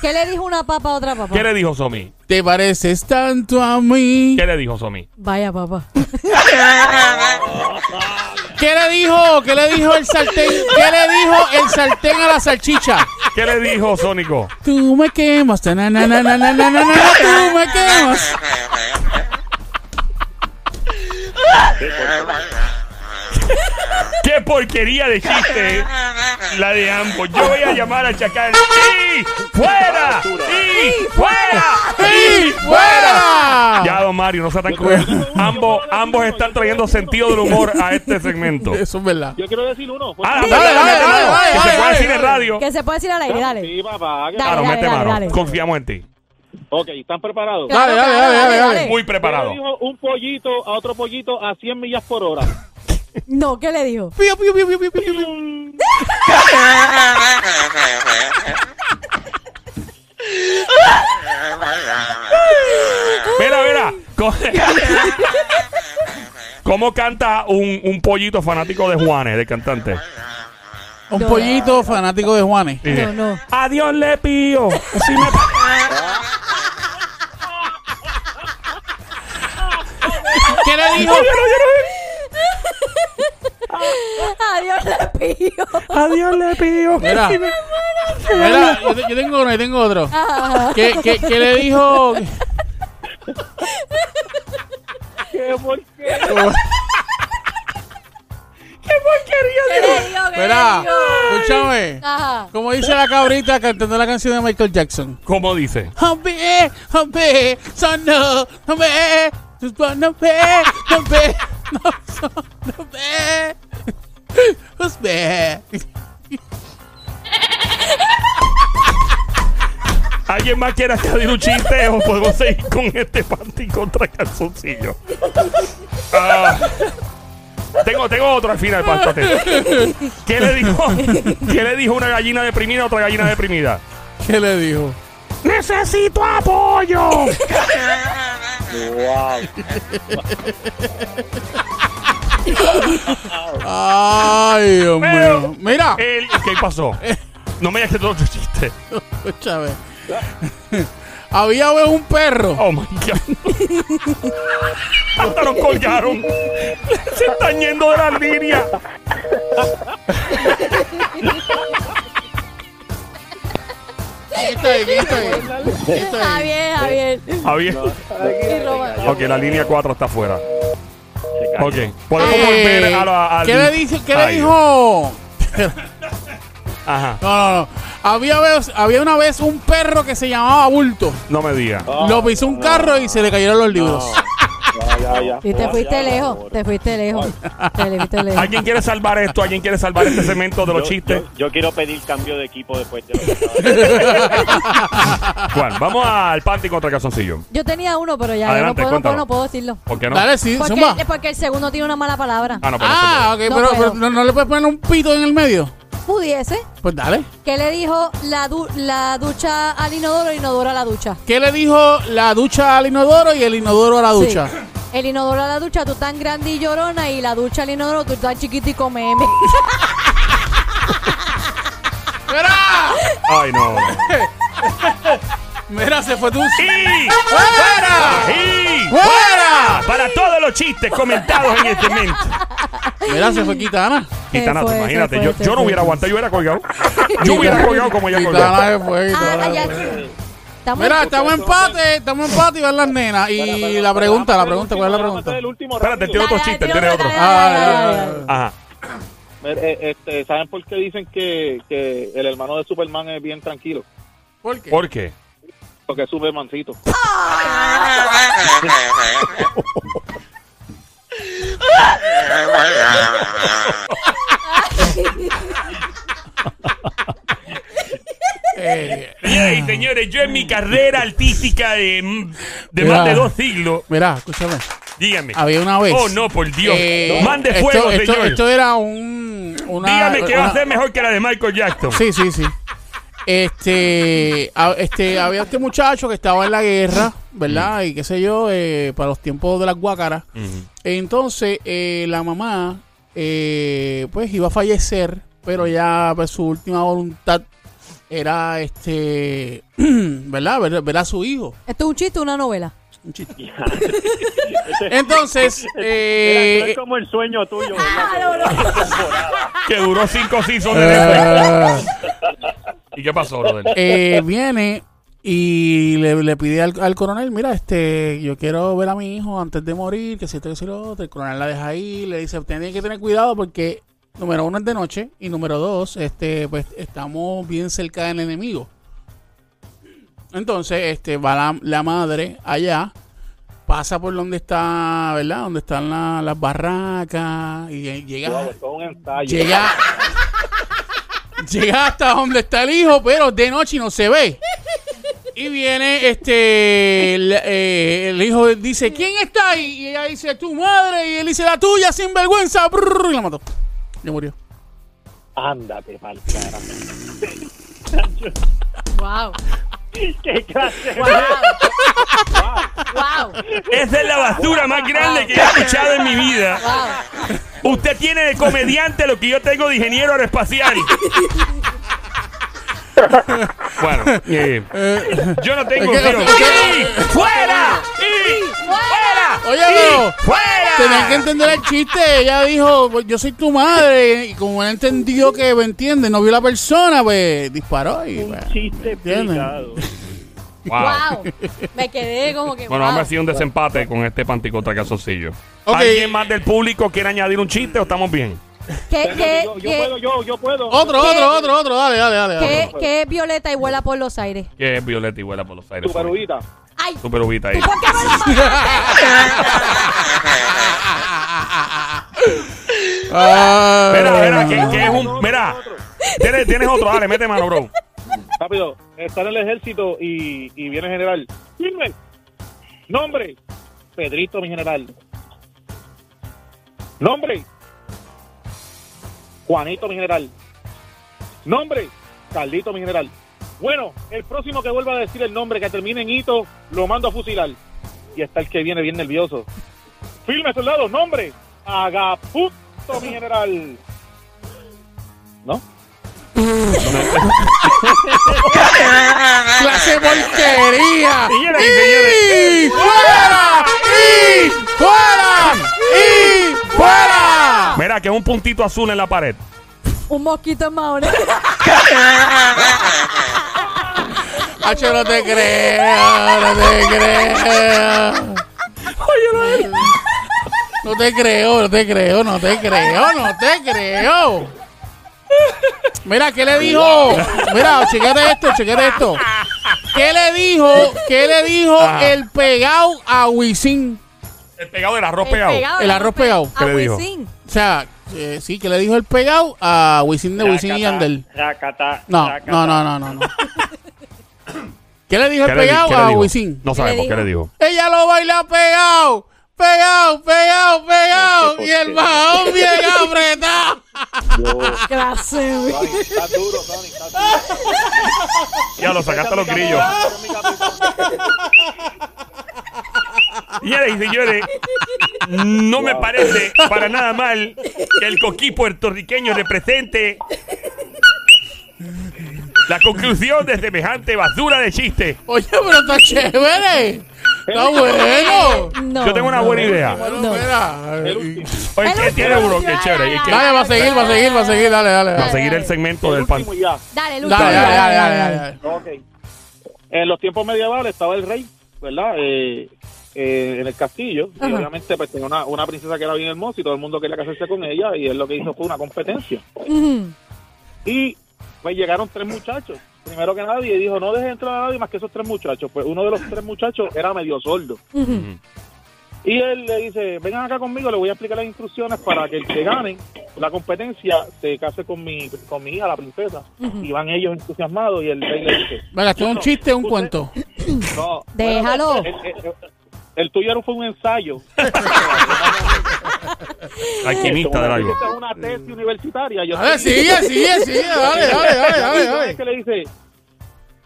Speaker 3: ¿Qué le dijo una papa a otra papa?
Speaker 1: ¿qué le dijo Somi?
Speaker 2: Te pareces tanto a mí.
Speaker 1: ¿Qué le dijo Somi?
Speaker 3: Vaya papá.
Speaker 2: ¿Qué le dijo? ¿Qué le dijo el sartén? ¿Qué le dijo el sartén a la salchicha?
Speaker 1: ¿Qué le dijo Sónico?
Speaker 2: Tú me quemas, ta, na, na, na, na, na, na, na, na, tú me quemas.
Speaker 1: ¡Qué porquería de chiste! La de ambos. Yo voy a llamar al chacal. ¡Y fuera! ¡Y fuera! ¡Y
Speaker 2: ¡Fuera!
Speaker 1: Ya, don Mario, no sea tan cruel. ambos, ambos están trayendo sentido del humor a este segmento.
Speaker 2: Eso es verdad.
Speaker 4: Yo quiero decir uno.
Speaker 1: Ah,
Speaker 2: Dale,
Speaker 1: dale, dale,
Speaker 2: dale,
Speaker 1: dale,
Speaker 2: dale,
Speaker 1: que
Speaker 2: dale,
Speaker 1: se puede
Speaker 2: dale,
Speaker 1: decir en
Speaker 2: dale.
Speaker 1: radio.
Speaker 3: Que se puede decir al aire, dale.
Speaker 4: Sí, papá.
Speaker 3: Dale.
Speaker 4: que-
Speaker 1: Claro, mete mano.
Speaker 3: dale.
Speaker 1: Confiamos en ti.
Speaker 4: Ok, ¿están preparados?
Speaker 3: Claro,
Speaker 2: Dale, dale,
Speaker 3: claro,
Speaker 2: dale, dale.
Speaker 1: Muy
Speaker 4: ¿Qué le
Speaker 1: preparado.
Speaker 4: dijo un pollito a otro pollito a 100 millas por hora?
Speaker 3: No, ¿qué le dijo?
Speaker 2: Pío, pío, pío, pío, pío, pío, pío.
Speaker 1: Mira, mira. co- ¿Cómo canta un, un pollito fanático de Juanes, del cantante?
Speaker 2: Un pollito fanático de Juanes.
Speaker 1: Dice,
Speaker 3: No, no.
Speaker 1: A Dios le pío. Si me...
Speaker 2: ¿Qué le dijo?
Speaker 3: Adiós, le pido.
Speaker 1: A Dios le pío.
Speaker 2: Mira, Mira, yo, te- yo tengo uno, yo tengo otro. ¿Qué, qué, qué le dijo? Mira, escúchame.
Speaker 3: Ajá.
Speaker 2: Como dice la cabrita cantando la canción de Michael Jackson.
Speaker 1: ¿Cómo dice?
Speaker 2: Hombre, hombre, son no, hombre, sus no, hombre, hombre, no, son hombre, hombre.
Speaker 1: ¿Alguien más quiere añadir un chiste o podemos seguir con este panty contra calzoncillo? Ah, tengo, tengo otro al final, pástate. ¿Qué le dijo? ¿Qué le dijo una gallina deprimida a otra gallina deprimida?
Speaker 2: ¿Qué le dijo?
Speaker 1: ¡Necesito apoyo!
Speaker 2: Ay, Dios mío.
Speaker 1: Pero- eh.
Speaker 2: Mira,
Speaker 1: El- ¿Qué pasó? No me digas que todo otro chiste.
Speaker 2: escúchame. Había pues, un perro.
Speaker 1: Oh my God. Hasta los colgaron. Se están yendo de las líneas.
Speaker 2: Está bien, está bien. Está bien.
Speaker 3: Javier, Javier.
Speaker 1: Javier.
Speaker 3: Y Robert.
Speaker 1: Ok, la línea 4 está afuera.
Speaker 5: Se cayó.
Speaker 1: Ok, podemos volver a la. al-
Speaker 2: ¿Qué le dijo? ¿Qué le
Speaker 1: Ay,
Speaker 2: dijo?
Speaker 1: Ajá,
Speaker 2: No, no, no. Había, vez- había una vez un perro que se llamaba Bulto.
Speaker 1: no me diga.
Speaker 2: Lo pisó un carro y se le cayeron los libros.
Speaker 4: Ya, ya, ya.
Speaker 3: Y te fuiste lejos, te fuiste lejos. Te fuiste lejos.
Speaker 1: ¿Alguien quiere salvar esto? ¿Alguien quiere salvar este cemento de los
Speaker 5: Yo-
Speaker 1: chistes?
Speaker 5: Yo, yo quiero pedir cambio de equipo después de lo que estaba
Speaker 1: Juan, vamos al panty contra calzoncillo.
Speaker 3: Yo tenía uno, pero ya
Speaker 1: Adelante,
Speaker 3: no, puedo, pues no, puedo,
Speaker 1: cuéntalo.
Speaker 3: no puedo decirlo.
Speaker 1: ¿Por qué no?
Speaker 2: Dale, sí,
Speaker 3: Porque,
Speaker 2: zumba.
Speaker 3: porque el segundo tiene una mala palabra.
Speaker 1: Ah, no, pero
Speaker 2: Ah, ok,
Speaker 3: No
Speaker 2: pero,
Speaker 3: puedo.
Speaker 2: pero no, no le puedes poner un pito en el medio.
Speaker 3: Pudiese.
Speaker 2: Pues dale.
Speaker 3: ¿Qué le dijo la, du- la ducha al inodoro el inodoro a la ducha?
Speaker 2: ¿Qué le dijo la ducha al inodoro y el inodoro a la
Speaker 3: Sí.
Speaker 2: ducha?
Speaker 3: El inodoro a la ducha, tú tan grande y llorona, y la ducha al inodoro, tú tan chiquito y comeme.
Speaker 2: ¡Mira!
Speaker 1: Ay, no.
Speaker 2: Mira, se fue tu...
Speaker 1: ¡Y!
Speaker 2: ¡Fuera!
Speaker 1: ¡Y!
Speaker 2: ¡Fuera!
Speaker 1: Ah, Para todos los chistes comentados en este momento.
Speaker 2: Mira, se fue Kitana.
Speaker 1: Gitana,
Speaker 3: fue,
Speaker 1: imagínate,
Speaker 3: se
Speaker 1: yo,
Speaker 3: fue,
Speaker 1: yo
Speaker 3: se
Speaker 1: no
Speaker 3: fue.
Speaker 1: hubiera aguantado, yo hubiera colgado. Yo hubiera colgado como ella colgó.
Speaker 2: Kitana se fue.
Speaker 3: Ah,
Speaker 2: Kitana.
Speaker 3: ah, ya. Estamos
Speaker 2: Mira, estamos en empate, estamos en empate y van las nenas. Y la pregunta, la pregunta, ¿cuál es la pregunta?
Speaker 5: El último
Speaker 1: Espérate,
Speaker 5: rápido.
Speaker 1: tiene otro
Speaker 3: Dale,
Speaker 1: chiste,
Speaker 3: dale,
Speaker 1: tiene
Speaker 3: dale,
Speaker 1: otro.
Speaker 3: dale,
Speaker 2: Ah,
Speaker 3: dale,
Speaker 2: ya,
Speaker 3: dale,
Speaker 2: ya,
Speaker 3: dale.
Speaker 2: ya.
Speaker 1: Ajá.
Speaker 4: Eh, eh, este, ¿Saben por qué dicen que, que el hermano de Superman es bien tranquilo?
Speaker 2: ¿Por qué?
Speaker 1: ¿Por qué?
Speaker 4: Porque es Supermancito.
Speaker 2: Eh,
Speaker 1: Señoras y señores, yo en mi carrera artística de, de
Speaker 2: Mira.
Speaker 1: más de dos siglos,
Speaker 2: mira, escúchame.
Speaker 1: dígame.
Speaker 2: Había una vez.
Speaker 1: Oh, no, por Dios.
Speaker 2: Eh,
Speaker 1: Mande
Speaker 2: esto-
Speaker 1: fuego,
Speaker 2: esto,
Speaker 1: señor.
Speaker 2: Esto era un. Una,
Speaker 1: Dígame que va a
Speaker 2: una-
Speaker 1: ser mejor que la de Michael Jackson.
Speaker 2: Sí, sí, sí. Este, a- este, había este muchacho que estaba en la guerra, ¿verdad? Y qué sé yo, eh, para los tiempos de las guácaras. Entonces, eh, la mamá, eh, pues, iba a fallecer, pero ya pues, su última voluntad era, este, ¿verdad? Ver, ver a su hijo.
Speaker 3: ¿Esto es un chiste o una novela?
Speaker 2: Un chiste. Entonces,
Speaker 5: Mira, eso
Speaker 2: eh,
Speaker 5: es como el sueño tuyo. ¿verdad?
Speaker 1: Que duró cinco seasons de Netflix.
Speaker 2: eh,
Speaker 1: ¿Y qué pasó, brother?
Speaker 2: eh, viene y le, le pide al, al coronel, mira, este, yo quiero ver a mi hijo antes de morir, que si esto, que si lo otro. El coronel la deja ahí, le dice, tienen que tener cuidado porque, número uno, es de noche y número dos, este, pues estamos bien cerca del enemigo. Entonces, este, va la, la madre allá, pasa por donde está, ¿verdad? Donde están la- las barracas y lle- llega...
Speaker 4: Wow, esto es un ensayo.
Speaker 2: Llega. llega hasta donde está el hijo, pero de noche no se ve. Y viene este. El, eh, el hijo dice: ¿Quién está ahí? Y ella dice: Tu madre. Y él dice: La tuya, sin vergüenza. Y la mató. Y murió.
Speaker 4: Ándate, pa'l cara.
Speaker 3: ¡Wow!
Speaker 5: Qué clase.
Speaker 3: ¡Wow!
Speaker 1: Esa es la basura más grande que he escuchado en mi vida.
Speaker 3: ¡Wow!
Speaker 1: Usted tiene de comediante lo que yo tengo de ingeniero aeroespacial. bueno, eh, yo no tengo.
Speaker 2: Es que-
Speaker 1: pero-
Speaker 2: es que-
Speaker 1: ¡Y ¡Fuera! ¡Y ¡Fuera!
Speaker 2: Oye, pero- Corillo.
Speaker 1: ¡Fuera!
Speaker 2: Tenían que entender el chiste. Ella dijo, pues, yo soy tu madre. Y como él entendió que me entiende, no vio la persona, pues disparó. Y, pues,
Speaker 5: Chiste
Speaker 2: ¿entienden?
Speaker 5: explicado.
Speaker 1: Wow.
Speaker 3: Wow. Me quedé como que.
Speaker 1: Bueno,
Speaker 3: wow.
Speaker 1: vamos a hacer un desempate con este panty contra calzoncillo.
Speaker 2: Ok.
Speaker 1: ¿Alguien más del público quiere añadir un chiste o estamos bien?
Speaker 3: ¿Qué, qué,
Speaker 5: Yo, yo
Speaker 3: qué-
Speaker 5: puedo, yo, yo puedo.
Speaker 2: Otro,
Speaker 3: ¿Qué?
Speaker 2: otro, otro, otro. Dale, dale, dale.
Speaker 3: qué-
Speaker 2: dale.
Speaker 3: qué es violeta y vuela por los aires?
Speaker 1: Que es Violeta y vuela por los aires.
Speaker 4: Tu perudita.
Speaker 3: ¡Ay!
Speaker 1: Super ubita ahí.
Speaker 3: ¿Por qué no lo
Speaker 2: Ah,
Speaker 1: Mira, mira, que, que es un. Mira, tienes, tienes otro, dale, mete mano, bro.
Speaker 4: Rápido, está en el ejército y, y viene el general. Dime, nombre, Pedrito, mi general. Nombre, Juanito, mi general. Nombre, Carlito, mi general. Bueno, el próximo que vuelva a decir el nombre que termine en hito, lo mando a fusilar. Y está el que viene bien nervioso. Firme, soldado, nombre, Agaputo, mi general. ¿No?
Speaker 2: clase de porquería.
Speaker 1: Señoras y eh,
Speaker 2: y fuera, y
Speaker 1: ¡Ah!
Speaker 2: fuera, y fuera.
Speaker 1: Mira, que es un puntito azul en la pared.
Speaker 3: Un mosquito en Mahone.
Speaker 2: Hacho, no te creo, no te creo. No te creo, no te creo, no te creo, no te creo. Mira, ¿qué le dijo? Mira, chequera esto, chequera esto. ¿Qué le dijo? ¿Qué le dijo
Speaker 1: Ajá.
Speaker 2: el pegado a Wisin?
Speaker 1: El pegado del arroz pegado.
Speaker 2: El arroz pegado.
Speaker 1: ¿Qué le dijo?
Speaker 2: O sea, eh, sí, ¿qué le dijo el pegado a Wisin de Wisin y Yandel?
Speaker 5: Racata,
Speaker 2: No,
Speaker 5: racata.
Speaker 2: no, no, no, no. no. ¿Qué le dijo
Speaker 1: ¿Qué
Speaker 2: el
Speaker 1: le di-
Speaker 2: pegado
Speaker 1: qué le
Speaker 2: a
Speaker 1: dijo?
Speaker 2: Wisin?
Speaker 1: No
Speaker 3: ¿Qué le
Speaker 1: sabemos qué
Speaker 3: dijo?
Speaker 1: le dijo.
Speaker 2: Ella lo baila pegado, pegado, pegado, pegado. Y el bajón bien apretado.
Speaker 3: Gracias.
Speaker 4: Tony, estás duro, Tony, estás duro.
Speaker 1: Ya lo sacaste a los grillos. Señoras y señores, no me parece para nada mal que el coquí puertorriqueño represente la conclusión de semejante basura de chiste.
Speaker 2: Oye, pero está chévere. Está bueno.
Speaker 3: No.
Speaker 1: Yo tengo una buena idea.
Speaker 2: Bueno, espera.
Speaker 1: Oye,
Speaker 3: El
Speaker 1: ¿qué tiene
Speaker 3: último.
Speaker 1: uno que es chévere? ¿Y qué?
Speaker 2: Dale, va a seguir, va a seguir, va a seguir. Dale, dale,
Speaker 1: Para
Speaker 2: dale.
Speaker 1: seguir el segmento del pan.
Speaker 4: Último ya.
Speaker 3: Dale, Lucho.
Speaker 2: Dale, dale, dale, dale, dale, dale.
Speaker 4: Ok. En los tiempos medievales estaba el rey, ¿verdad? Eh, eh, en el castillo. Y
Speaker 3: Ajá.
Speaker 4: obviamente pues tenía una, una princesa que era bien hermosa y todo el mundo quería casarse con ella. Y él lo que hizo fue una competencia.
Speaker 3: Ujú.
Speaker 4: Y pues llegaron tres muchachos. Primero que nadie dijo, no dejes entrar a nadie más que esos tres muchachos. Pues uno de los tres muchachos era medio sordo.
Speaker 3: Ujú.
Speaker 4: Y él le dice, vengan acá conmigo, le voy a explicar las instrucciones para que el que gane la competencia se case con mi, con mi hija, la princesa.
Speaker 3: Ujú.
Speaker 4: Y van ellos entusiasmados y el rey le dice,
Speaker 2: Venga, esto es un chiste, un cuento.
Speaker 4: no.
Speaker 3: Déjalo.
Speaker 4: El, el- el tuyo era- fue un ensayo.
Speaker 1: Alquimista del algo.
Speaker 4: Es una tesis universitaria. Yo
Speaker 2: A ver,
Speaker 4: estoy-
Speaker 2: sigue, sigue, sigue. Dale, dale, dale, dale. dale.
Speaker 4: ¿Sabes qué le dice?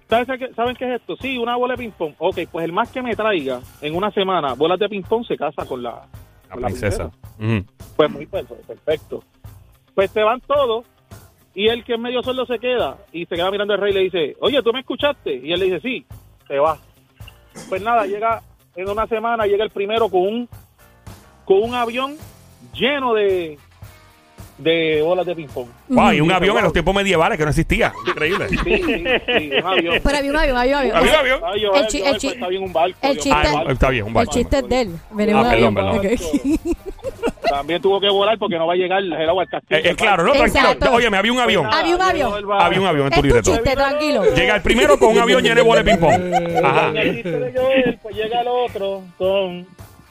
Speaker 4: ¿Sabes qué- ¿Saben qué es esto? Sí, una bola de ping-pong. Ok, pues el más que me traiga en una semana bolas de ping-pong se casa con la,
Speaker 1: La
Speaker 4: con la
Speaker 1: princesa. Ujú.
Speaker 4: Pues muy per- perfecto. Pues se van todos y el que es medio solo se queda y se queda mirando al rey y le dice, oye, ¿tú me escuchaste? Y él le dice, sí, se va. Pues nada, llega en una semana, llega el primero con un, con un avión lleno de, de bolas de ping-pong.
Speaker 1: Wow, y un avión en los tiempos medievales que no existía. Increíble.
Speaker 4: Sí, sí, sí, un avión.
Speaker 3: Pero había un avión, había un avión.
Speaker 1: Había un avión.
Speaker 4: Ay, Joel,
Speaker 3: El chi-
Speaker 4: Joel,
Speaker 3: el chi-
Speaker 4: pues, está bien un barco.
Speaker 3: el
Speaker 4: Dios
Speaker 3: chiste-
Speaker 4: mío,
Speaker 1: Ah,
Speaker 4: barco.
Speaker 1: está bien, un
Speaker 3: El
Speaker 1: barco.
Speaker 3: chiste es de él.
Speaker 1: Ah,
Speaker 3: Venimos a-
Speaker 1: perdón, perdón.
Speaker 3: Ok.
Speaker 4: También tuvo que volar porque no va a llegar el agua al castillo.
Speaker 1: Eh, eh, claro, no, tranquilo.
Speaker 3: Exacto.
Speaker 1: Oye, me había un avión.
Speaker 3: Había un avión.
Speaker 1: Había un avión en tu
Speaker 3: Es tu
Speaker 1: libreto.
Speaker 3: chiste, tranquilo.
Speaker 1: Llega el primero con un avión lleno de bolas de ping-pong. Ajá.
Speaker 4: En el chiste de Joel, pues llega el otro con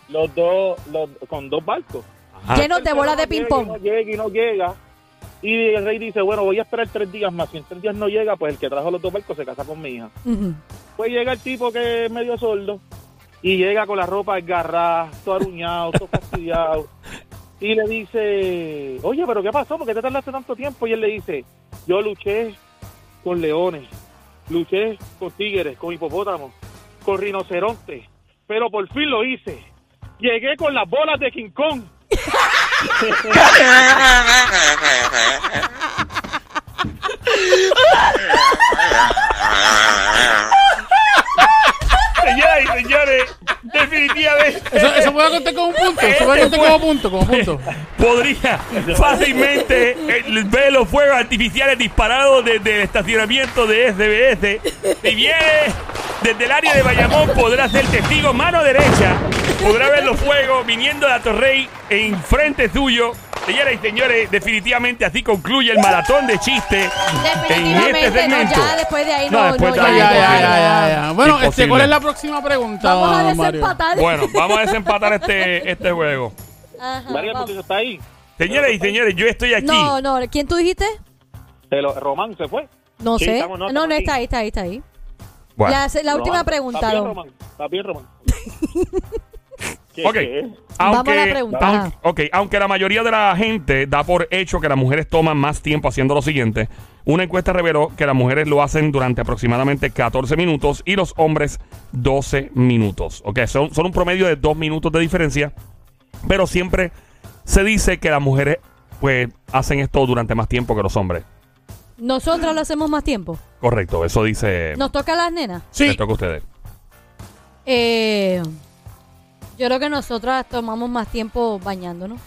Speaker 4: los dos, los, con dos barcos.
Speaker 1: Ah.
Speaker 3: Llenos de bolas de
Speaker 4: No llega,
Speaker 3: ping-pong.
Speaker 4: No llega y no llega. Y el rey dice, bueno, voy a esperar tres días más. Si en tres días no llega, pues el que trajo los dos barcos se casa con mi hija.
Speaker 3: Ujú.
Speaker 4: Pues llega el tipo que es medio sordo y llega con la ropa desgarrada, todo aruñado, todo fastidiado. Y le dice, oye, pero ¿qué pasó? ¿Por qué te tardaste tanto tiempo? Y él le dice, yo luché con leones, luché con tigres, con hipopótamos, con rinocerontes, pero por fin lo hice. Llegué con las bolas de King Kong.
Speaker 1: Señoras y señores, definitivamente
Speaker 2: Eso, eso puede contar como punto. Eso puede contar como punto, como punto.
Speaker 1: podría fácilmente eh, ver los fuegos artificiales disparados desde el estacionamiento de SBS. Si vienes desde el área de Bayamón, podrás ser testigo mano derecha. Podrá ver los fuegos viniendo de Atorrey en frente suyo. Señoras y señores, definitivamente así concluye el maratón de chistes en este
Speaker 3: Definitivamente, no,
Speaker 1: segmento.
Speaker 3: ya después de ahí
Speaker 1: No,
Speaker 3: no,
Speaker 1: después
Speaker 3: no,
Speaker 1: de
Speaker 2: Ya,
Speaker 1: ahí
Speaker 2: ya,
Speaker 1: Imposible.
Speaker 2: ya, ya, ya. Bueno, este,
Speaker 1: Imposible.
Speaker 2: ¿cuál es la próxima pregunta,
Speaker 3: Vamos a
Speaker 2: Mario?
Speaker 3: desempatar.
Speaker 1: Bueno, vamos a desempatar este, este juego.
Speaker 3: Ajá,
Speaker 4: María,
Speaker 3: vamos.
Speaker 4: porque está ahí.
Speaker 1: Señoras y señores, yo estoy aquí.
Speaker 3: No, no, ¿quién tú dijiste?
Speaker 4: Se lo- Román se fue.
Speaker 3: No
Speaker 5: Sí,
Speaker 3: sé.
Speaker 5: estamos, no,
Speaker 3: no, no,
Speaker 5: estamos
Speaker 3: está ahí, está ahí, está ahí.
Speaker 1: Bueno.
Speaker 3: La, la última
Speaker 5: Román,
Speaker 3: pregunta,
Speaker 4: Está bien,
Speaker 3: Don.
Speaker 4: Román. Está bien, Román.
Speaker 5: ¿Qué-
Speaker 1: Ok.
Speaker 5: qué es?
Speaker 3: Vamos a la pregunta.
Speaker 1: aunque- ok, aunque la mayoría de la gente da por hecho que las mujeres toman más tiempo haciendo lo siguiente, una encuesta reveló que las mujeres lo hacen durante aproximadamente 14 minutos y los hombres 12 minutos. Ok, son, son un promedio de 2 minutos de diferencia, pero siempre se dice que las mujeres pues hacen esto durante más tiempo que los hombres.
Speaker 3: Nosotros lo hacemos más tiempo.
Speaker 1: Correcto, eso dice...
Speaker 3: Nos toca a las nenas.
Speaker 1: Les
Speaker 2: Sí,
Speaker 1: toca a ustedes.
Speaker 3: Eh, yo creo que nosotras tomamos más tiempo bañándonos.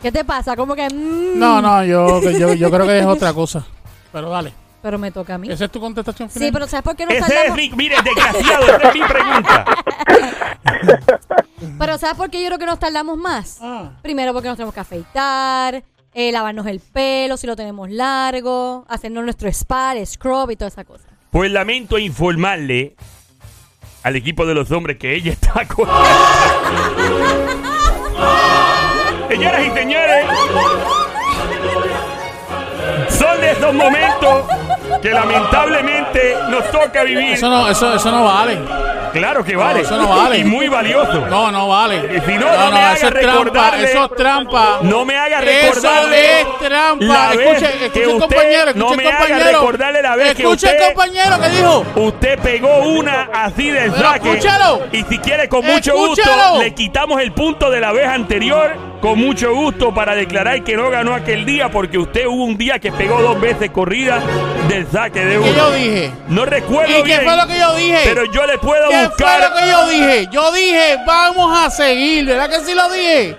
Speaker 3: ¿Qué te pasa? Como que... mm,
Speaker 2: Mm. no, no, yo, yo, yo creo que es otra cosa. Pero dale,
Speaker 3: Pero me toca a mí.
Speaker 2: esa es tu contestación final.
Speaker 3: Sí, pero ¿sabes por qué nos
Speaker 1: Ese es
Speaker 3: tardamos?
Speaker 1: mi... Mire, desgraciado, esa es mi pregunta.
Speaker 3: Pero ¿sabes por qué yo creo que nos tardamos más?
Speaker 2: Ah.
Speaker 3: Primero porque nos tenemos que afeitar, eh, lavarnos el pelo si lo tenemos largo, hacernos nuestro spa, el scrub y toda esa cosa.
Speaker 1: Pues lamento informarle al equipo de los hombres que ella está con. Señoras y señores, son de esos momentos que lamentablemente nos toca vivir.
Speaker 2: Eso no, eso, eso no vale.
Speaker 1: Claro que vale.
Speaker 2: eso no vale.
Speaker 1: Y muy valioso.
Speaker 2: No, no vale.
Speaker 1: Y si no, no me hagas
Speaker 2: eso es trampa,
Speaker 1: recordarle-
Speaker 2: eso es trampa.
Speaker 1: No me haga
Speaker 2: Eso
Speaker 1: recordarle
Speaker 2: es trampa.
Speaker 1: la vez
Speaker 2: Escuche,
Speaker 1: que
Speaker 2: escuche el
Speaker 1: usted
Speaker 2: compañero, escuche
Speaker 1: no
Speaker 2: el
Speaker 1: me haga
Speaker 2: compañero.
Speaker 1: recordarle la vez que
Speaker 2: escuche el
Speaker 1: usted-
Speaker 2: compañero que dijo.
Speaker 1: Usted pegó una así de
Speaker 2: Pero
Speaker 1: saque.
Speaker 2: escúchalo.
Speaker 1: Y si quiere, con mucho
Speaker 2: Escúchalo.
Speaker 1: gusto, le quitamos el punto de la vez anterior. Con mucho gusto para declarar que no ganó aquel día porque usted hubo un día que pegó dos veces corrida del saque de
Speaker 2: ¿Qué yo
Speaker 1: uno.
Speaker 2: dije?
Speaker 1: No recuerdo
Speaker 2: ¿Y qué
Speaker 1: bien,
Speaker 2: fue lo que yo dije?
Speaker 1: pero yo le puedo
Speaker 2: ¿Qué fue
Speaker 1: buscar.
Speaker 2: lo que yo dije? Yo dije, vamos a seguir, ¿verdad que sí lo dije?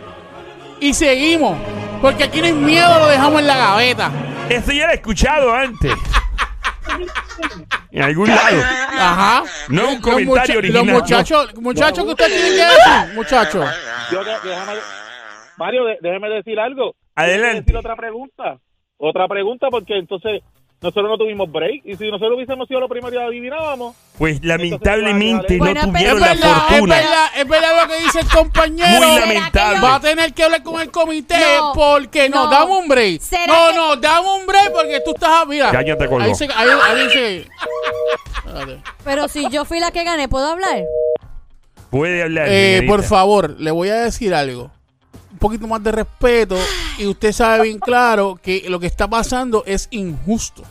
Speaker 2: Y seguimos. Porque aquí no hay miedo, lo dejamos en la gaveta.
Speaker 1: Eso ya lo he escuchado antes. en algún lado.
Speaker 2: Ajá.
Speaker 1: No un
Speaker 2: Los
Speaker 1: comentario
Speaker 2: mucha-
Speaker 1: original.
Speaker 2: Los muchachos, muchachos que ustedes tienen que decir, muchachos.
Speaker 4: Yo, de- déjame- Mario, de- déjeme decir algo.
Speaker 1: Adelante.
Speaker 4: Déjeme decir otra pregunta. Otra pregunta, porque entonces nosotros no tuvimos break. Y si nosotros hubiésemos sido los primeros que adivinábamos.
Speaker 1: Pues lamentablemente no
Speaker 3: Bueno, pero
Speaker 1: tuvieron
Speaker 2: es
Speaker 1: la
Speaker 2: verdad,
Speaker 1: fortuna.
Speaker 2: Es verdad, es verdad lo que dice el compañero.
Speaker 1: Muy
Speaker 3: que
Speaker 1: lamentable.
Speaker 3: yo-
Speaker 2: Va a tener que hablar con el comité
Speaker 3: No,
Speaker 2: porque no,
Speaker 3: no.
Speaker 2: dame un break.
Speaker 3: ¿Será
Speaker 2: No,
Speaker 3: que-
Speaker 2: no, dame un break porque tú estás a mira.
Speaker 1: Ya, ya te colgó.
Speaker 2: Ahí se, ahí, ahí se- Espérate.
Speaker 3: Pero si yo fui la que gané, ¿puedo hablar?
Speaker 1: Puede hablar.
Speaker 2: Eh,
Speaker 1: señorita.
Speaker 2: por favor, le voy a decir algo. Un poquito más de respeto y usted sabe bien claro que lo que está pasando es injusto.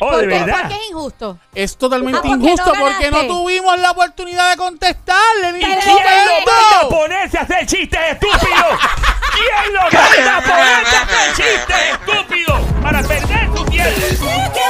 Speaker 1: Oh, de
Speaker 3: ¿Por qué?
Speaker 1: verdad.
Speaker 3: Porque es injusto.
Speaker 2: Es totalmente
Speaker 3: Ah, porque no
Speaker 2: injusto porque no
Speaker 3: ganaste.
Speaker 2: tuvimos la oportunidad de contestarle. ni
Speaker 3: Pero
Speaker 2: un
Speaker 3: ¿quién lo
Speaker 2: momento.
Speaker 1: manda a ponerse a hacer chistes estúpidos? ¿Quién lo manda a ponerse a hacer chistes estúpidos para perder su tiempo?